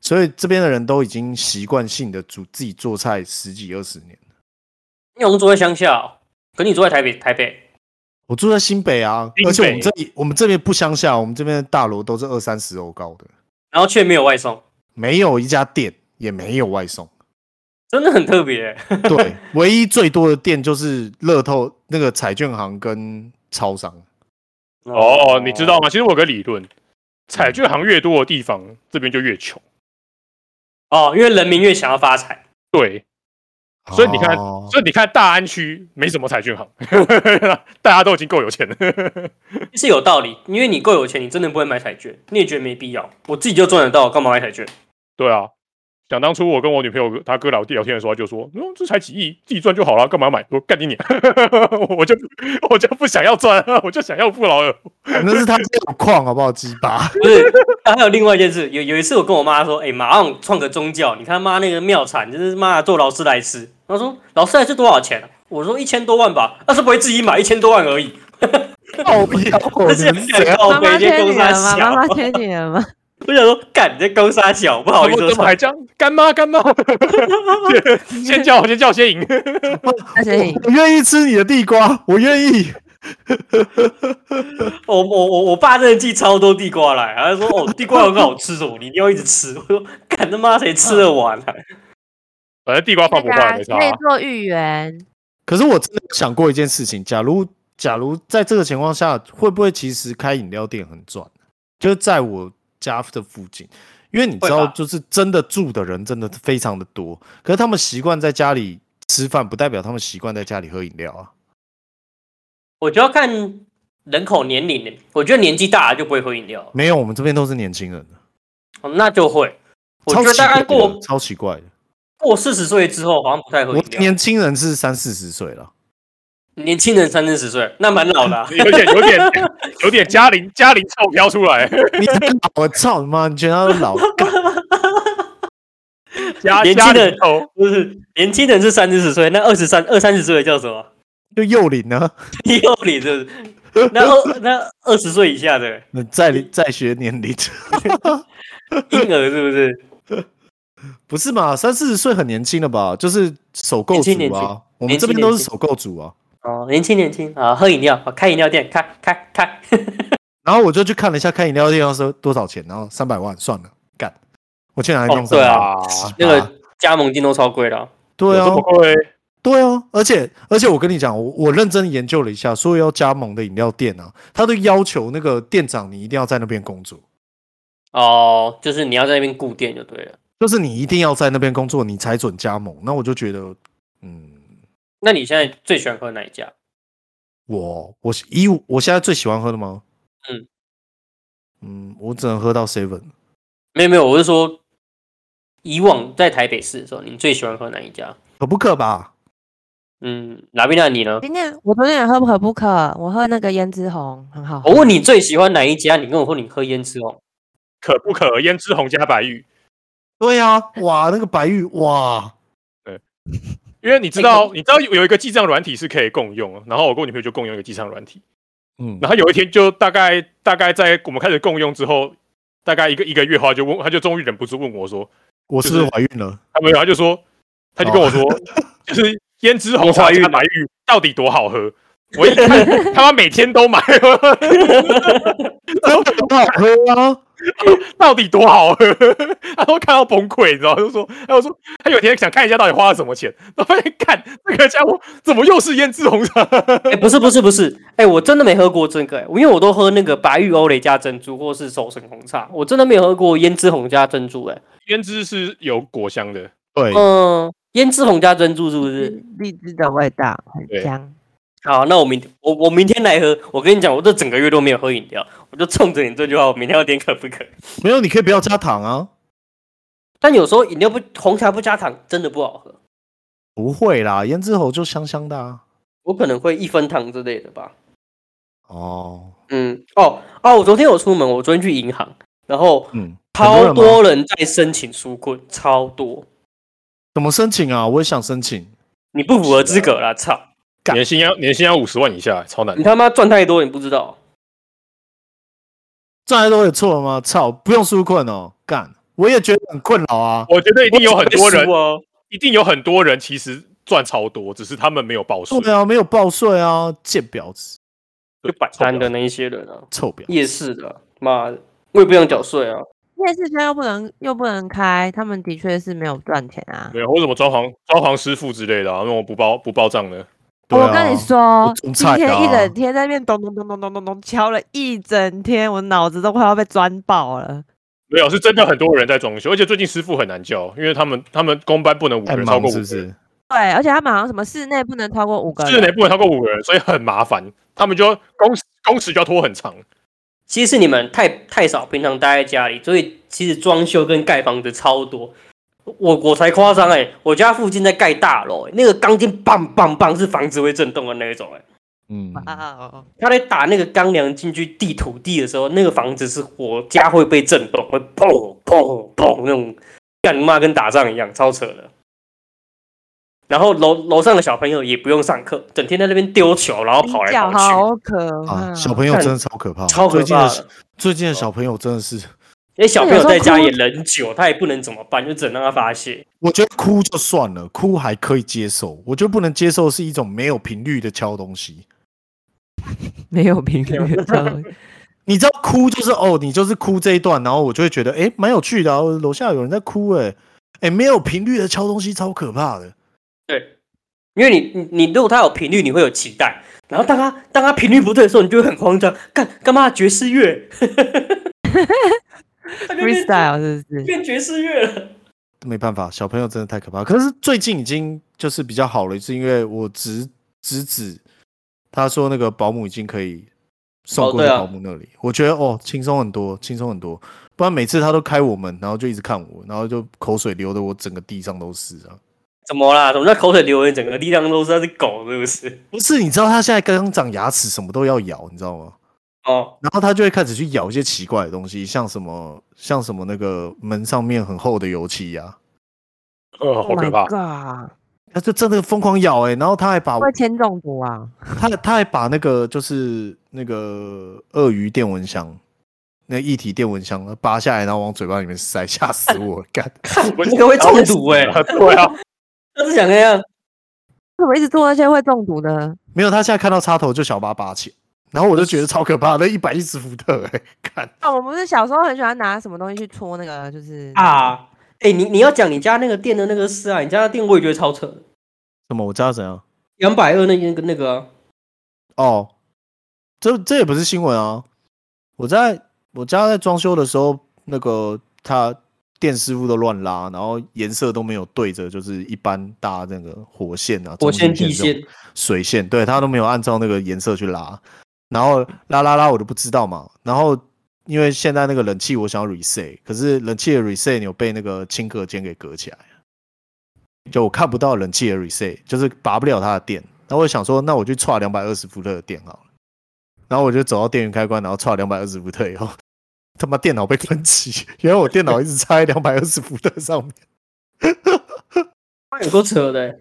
所以这边的人都已经习惯性的煮自己做菜十几二十年。因为我们住在乡下、哦，可你住在台北，台北我住在新北啊，新北而且我们这里我们这边不乡下，我们这边的大楼都是二三十楼高的，然后却没有外送，没有一家店，也没有外送。真的很特别。对，唯一最多的店就是乐透那个彩券行跟超商。哦，你知道吗？其实我有个理论，彩券行越多的地方，这边就越穷。哦，因为人民越想要发财，对，所以你看哦所以你看大安区没什么彩券行， 大家都已经够有钱了。是有道理，因为你够有钱，你真的不会买彩券，你也觉得没必要。我自己就赚得到，干嘛买彩券？ 对啊，想当初我跟我女朋友她哥聊聊天的时候，她就说：“嗯，这才几亿，自己赚就好了，干嘛买？”我说干你娘！ 我就 我就不想要赚，我就想要富饶了。那是他自己有矿好不好？鸡巴，不是，还有另外一件事，有有一次我跟我妈说，哎、马上创个宗教，你看妈那个庙产，就是妈做劳斯莱斯。她说劳斯莱斯多少钱啊、我说一千多万吧，那是不会自己买一千多万而已。靠 腰，那你是是谁啊？告哦妈白妈一些缺公女杀人吗？妈妈小，缺女人 吗？我想说，干你在公杀小，不好意我思怎么说，还这样？干妈干妈， 先 先叫我先叫我先赢。那谁赢？我愿意吃你的地瓜，我愿意。我哦我我我爸真的寄超多地瓜来，他说哦地瓜很好吃哦，你一定要一直吃。我说干他妈谁吃嗯得完啊？反正地瓜放不坏没那个差。啊可以做芋圆，可是我真的有想过一件事情，假如假如在这个情况下，会不会其实开饮料店很赚？就是在我家的附近，因为你知会道，吧就是真的住的人真的非常的多，可是他们习惯在家里吃饭，不代表他们习惯在家里喝饮料啊。我就要看人口年龄呢，我觉得年纪大了就不会喝饮料了，没有，我们这边都是年轻人，哦那就会。我超觉得奇大怪概过的，超奇怪的。过四十岁之后，好像不太喝我饮料。年轻人是三四十岁了，年轻人三四十岁，那蛮老 的、啊有点有点 有点嘉玲嘉玲臭飘出来， 你才老，啊我操你妈！你全家都老，干嘉年嘉轻人玲臭。不是，年轻人是三四十岁，那二十三、二三十岁的叫什么？ 就幼龄啊呢？幼龄是不是？那二那二十岁以下的那在在学年龄 婴儿是不是？不是嘛？三四十岁很年轻了吧？就是首购年轻族年轻啊，我们这边年轻都是年轻首购族啊。哦，年轻年轻啊，喝饮料，啊开饮料店，开开开。然后我就去看了一下开饮料店要收多少钱，然后三百万算了，干，我去哪里弄哦300对万？啊奇葩那个加盟金都超贵了啊，对有啊这，么贵？对啊，而且而且我跟你讲，我我认真研究了一下，所有要加盟的饮料店啊，他都要求那个店长你一定要在那边工作，哦，就是你要在那边顾店就对了。就是你一定要在那边工作，你才准加盟。那我就觉得，嗯，那你现在最喜欢喝哪一家？我我以我现在最喜欢喝的吗？嗯嗯，我只能喝到 seven。没有没有，我是说，以往在台北市的时候，你最喜欢喝哪一家？可不可吧？嗯，哪边那你呢？今天我昨天也喝可不可？我喝那个胭脂红，很好喝。哦我问你最喜欢哪一家？你跟我说你喝哦胭脂红，可不可胭脂红加白玉？对呀、啊，哇，那个白玉，哇，因为你知哎道，你知道有有一个记账软体是可以共用，然后我跟我女朋友就共用一个记账软体，嗯，然后有一天就大概大概在我们开始共用之后，大概一个一个月后，她就问，她就终于忍不住问我说，我是不是怀孕了？她没有，她就说，她就跟我说，就是胭脂红茶加白玉到底多好喝？我一看他妈每天都买， 真的很好喝啊！到底多好喝？他都看到崩溃，你知道？就说，他就说，他有一天想看一下到底花了什么钱，然后发现，看这个家伙怎么又是胭脂红茶？哎、不是不是不是，哎、我真的没喝过这个、哎因为我都喝那个白玉欧蕾加珍珠或是首神红茶，我真的没有喝过胭脂红加珍珠、哎，胭脂是有果香的，对，嗯，胭脂红加珍珠是不是？荔枝的味道对很香。好，那我明我我明天来喝。我跟你讲，我这整个月都没有喝饮料，我就冲着你这句话，我明天要点可不可？没有，你可以不要加糖啊。但有时候饮料不红茶不加糖，真的不好喝。不会啦，胭脂猴就香香的啊。我可能会一分糖之类的吧。哦，嗯，哦哦，我昨天有出门，我昨天去银行，然后嗯，超很多人吗多人在申请纾困，超多，怎么申请啊？我也想申请。你不符合资格啦！啊操，干年薪要年薪要五十万以下，超难你。他妈赚太多，你不知道。赚来都有错了吗？操，不用纾困哦，干，我也觉得很困扰啊。我觉得一定有很多我人只会输，哦，一定有很多人其实赚超多，只是他们没有报税。对啊，没有报税啊，贱婊子，就摆摊的那一些人啊，臭婊。夜市的啊，妈的，我也不想缴税啊。夜市圈又不能又不能开，他们的确是没有赚钱啊。没有，或者什么装潢装潢师傅之类的、啊，那种不报不报账的，对啊哦我跟你说我，种今菜的天一啊整天在那边咚咚咚咚咚咚咚敲了一整天，我脑子都快要被钻爆了。没有是真的很多人在装修，而且最近师傅很难叫，因为他们他们公班不能五个太人超忙过五是个不人，是？对，而且他们好像什么室内不能超过五个人，室内不能超过五个人，所以很麻烦，他们就要工时工时就要拖很长。其实是你们太太少，平常待在家里，所以其实装修跟盖房子超多。我我才夸张哎，我家附近在盖大楼、欸，那个钢筋棒棒棒是房子会震动的那一种哎、嗯，啊，他在打那个钢梁进去地土地的时候，那个房子是我家会被震动，会砰砰砰那种，干嘛跟打仗一样，超扯的。然后楼楼上的小朋友也不用上课，整天在那边丢球，然后跑来脚跑去。好可怕，啊，小朋友真的超可怕，超可最近怕的的小最近的小朋友真的是，哎、小朋友在家那有时候哭也忍久，他也不能怎么办，就只能让他发泄。我觉得哭就算了，哭还可以接受，我觉得不能接受是一种没有频率的敲东西。没有评论，知道吗你知道哭就是哦，你就是哭这一段，然后我就会觉得哎，蛮有趣的、啊，楼下有人在哭、哎哎，没有频率的敲东西超可怕的。对，因为你你你如果他有频率，你会有期待。然后当他当他频率不对的时候，你就会很慌张，干干嘛爵士乐 他就变？freestyle 是不是？变爵士乐了。没办法，小朋友真的太可怕。可是最近已经就是比较好了，是因为我侄侄子他说那个保姆已经可以送哦过对去啊保姆那里，我觉得哦轻松很多，轻松很多。不然每次他都开我门，然后就一直看我，然后就口水流的我整个地上都是啊。怎么啦？怎么叫口水流人？整个地上都是那只狗，是不是？不是，你知道他现在刚刚长牙齿，什么都要咬，你知道吗？哦，然后他就会开始去咬一些奇怪的东西，像什么像什么那个门上面很厚的油漆呀、呃，好 Oh 可 my 怕。 god！他就真的疯狂咬哎、然后他还把会不会铅中毒啊！他他还把那个就是那个鳄鱼电蚊香，那一体电蚊香拔下来，然后往嘴巴里面塞，吓死我！干，我那个会中毒哎、啊欸 对啊，他是想那样，为什么一直做那些会中毒的？没有，他现在看到插头就想把它拔起来，然后我就觉得超可怕，那一百一十伏特、哎，看啊，我们不是小时候很喜欢拿什么东西去戳那个，就是，啊！哎、你你要讲你家那个店的那个事啊，你家的店我也觉得超扯的，什么？我知道怎样两百二那间跟那个啊、哦，这这也不是新闻啊！我在我家在装修的时候，那个他电师傅都乱拉，然后颜色都没有对着，就是一般搭那个火线啊、火中心线、这地种线，水线，对他都没有按照那个颜色去拉，然后拉拉拉我都不知道嘛，然后因为现在那个冷气我想要 reset，可是冷气的 reset 钮被那个清隔间给隔起来了就我看不到冷气的 reset，就是拔不了它的电，然后我想说那我就串两百二十伏特的电好了，然后我就走到电源开关，然后串两百二十伏特以后， 他妈电脑被喷漆， 原来我电脑一直插在两百二十伏特上面。有够扯的、欸。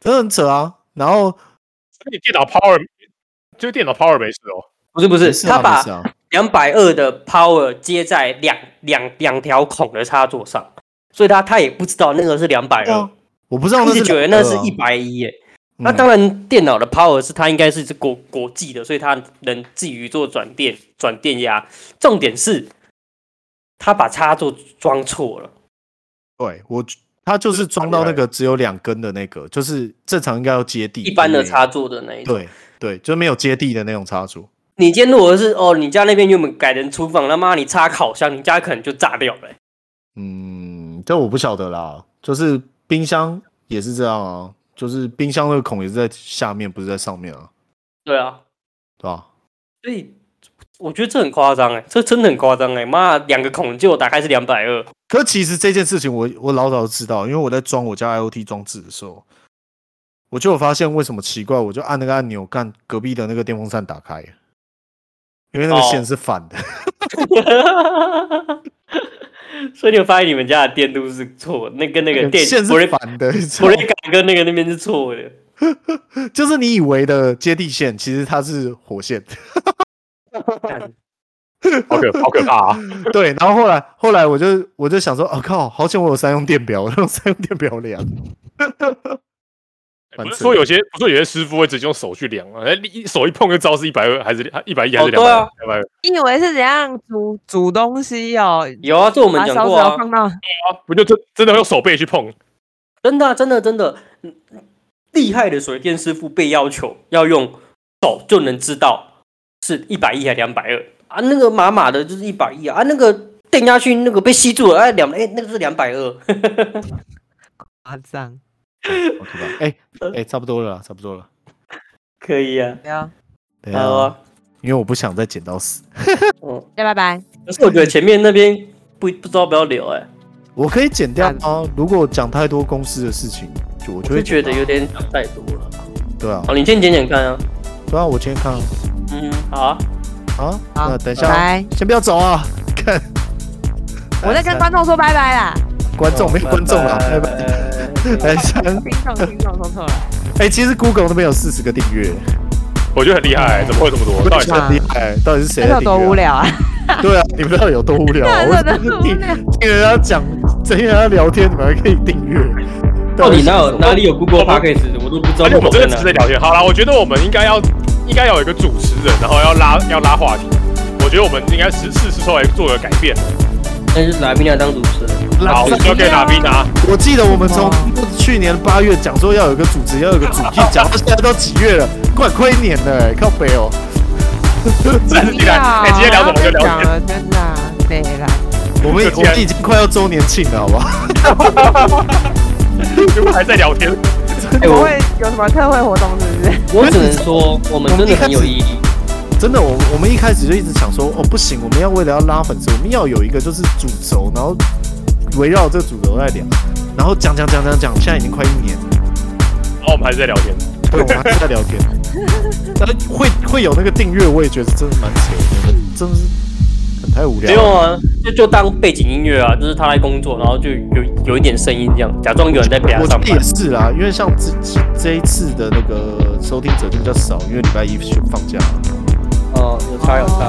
真的很扯啊！然后你电脑 power 就是电脑 power 没事哦。不是不是，没事啊他把没事啊两百二的 power 接在两两两条孔的插座上，所以他他也不知道那个是两百对啊二，我不知道一那是直觉得哪那个是啊一百一耶。那嗯当然，电脑的 power 是它应该是是国国际的，所以它能自己做转变转电压。重点是，它把插座装错嗯了，对我觉，它就是装到那个只有两根的那个，就是正常应该要接地一般的插座。座的那一种。对对，就没有接地的那种插座。你今天如果是哦，你家那边原本改成厨房，他妈你插烤箱，你家可能就炸掉了欸、嗯，这我不晓得啦。就是冰箱也是这样啊，就是冰箱那个孔也是在下面，不是在上面啊，对啊，对吧？所以我觉得这很夸张哎，这真的很夸张哎，妈，两个孔就打开是两百二， 可其实这件事情我我老早就知道，因为我在装我家 IOT 装置的时候，我就有发现为什么奇怪，我就按那个按钮，看隔壁的那个电风扇打开，因为那个哦线是反的。所以你有发现你们家的电路是错的，那跟那个电线我是的反的，你知道我吗的感跟那个那边是错的。就是你以为的接地线，其实它是火线。 好可好可怕啊！对，然后后来后来我就我就想说，哦靠，好险我有三用电表，我 用三用电表量。不蛮是扯说有些不是说有些师傅会直接用手去量啊，哎，你一手一碰就知道是一百二还是一百一还是哦两对啊百两百二。你以为是怎样煮煮东西哦？有啊，这我们把讲手指过头啊，放到不就真真的用手背去碰？真的啊、真的真的，嗯厉害的水电师傅被要求要用手就能知道是一百一还两百二啊，那个麻麻的就是一百一啊，啊那个电啊压去那个被吸住了，哎、两哎、那个是两百二，夸张，好可怕。哎哎，差不多了啦，差不多了。 可以啊，不要，对好啊，啊，因为我不想再剪到死。嗯，再拜拜。可是我觉得前面那边不不知道要不要留哎、我可以剪掉啊，如果讲太多公司的事情，就我我就就会觉剪得有点讲太多了。对啊，好，你先剪剪看啊，对啊，我今天看啊嗯，好啊，啊，好那等一拜下，拜。先不要走啊，看我在跟观众说拜拜啦。观众没有观众啦，呃拜拜。拜。哎，三听众听众说错了。哎，其实 Google 那边有四十个订阅，哦我觉得很厉害、怎么会有这么多？到底是很厉害，到底是谁这在有订阅多啊？无聊啊！对啊，你们到底有多无聊啊？真我的有多无听聊听人家讲，听人家聊天，你们还可以订阅？到底哪有到哪底里有 Google Podcast，我都不知道而且我们 Google 真在的只是在哪。啊聊天。好啦，我觉得我们应该要应该要有一个主持人，然后要拉要拉话题。我觉得我们应该是是时候来做个改变了。但是拿冰量当主持人，是什么？好，我们交给哪边拿？我记得我们从哇去年八月讲说要有一个主题，要有一个主题，讲到现在都几月了，快亏年了、欸，靠北哦、真 的是厉害！哎， 今天聊什么就聊不要再讲。什么 了，啊真的啊，对啦，我们就我这样们已经快要周年庆了，好 不好？结果还在聊天。哎、不我会有什么特惠活动是不是？我只能说，我们真的很有意义。真的，我我们一开始就一直想说，哦，不行，我们要为了要拉粉丝，我们要有一个就是主轴，然后围绕这个主轴在聊，然后讲讲讲讲讲，现在已经快一 年了。然后我们还是在聊天。对，我们还是在聊天。但是会会有那个订阅，我也觉得真的蛮扯的，真的是很太无没聊有了。啊，就就当背景音乐啊，就是他在工作，然后就有有一点声音这样，假装有人在陪他我上觉得也班。是啦，因为像这这这一次的那个收听者就比较少，因为礼拜一休放假，哦，有差有差。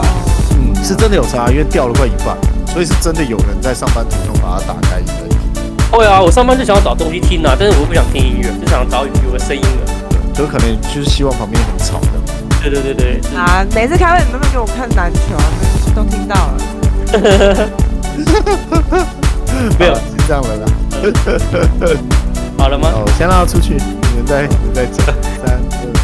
嗯，是真的有差，因为掉了快一半，所以是真的有人在上班途中把它打开的。会啊，我上班就想要找东西听啊，但是我又不想听音乐，就想找有个声音的。对就可能就是希望旁边很吵的。对对对对，就是啊，每次开会你都没给我看篮球，啊都听到了。没有好了是这样了啦。好了吗？好，我先让他出去，你们再你们再讲。三二。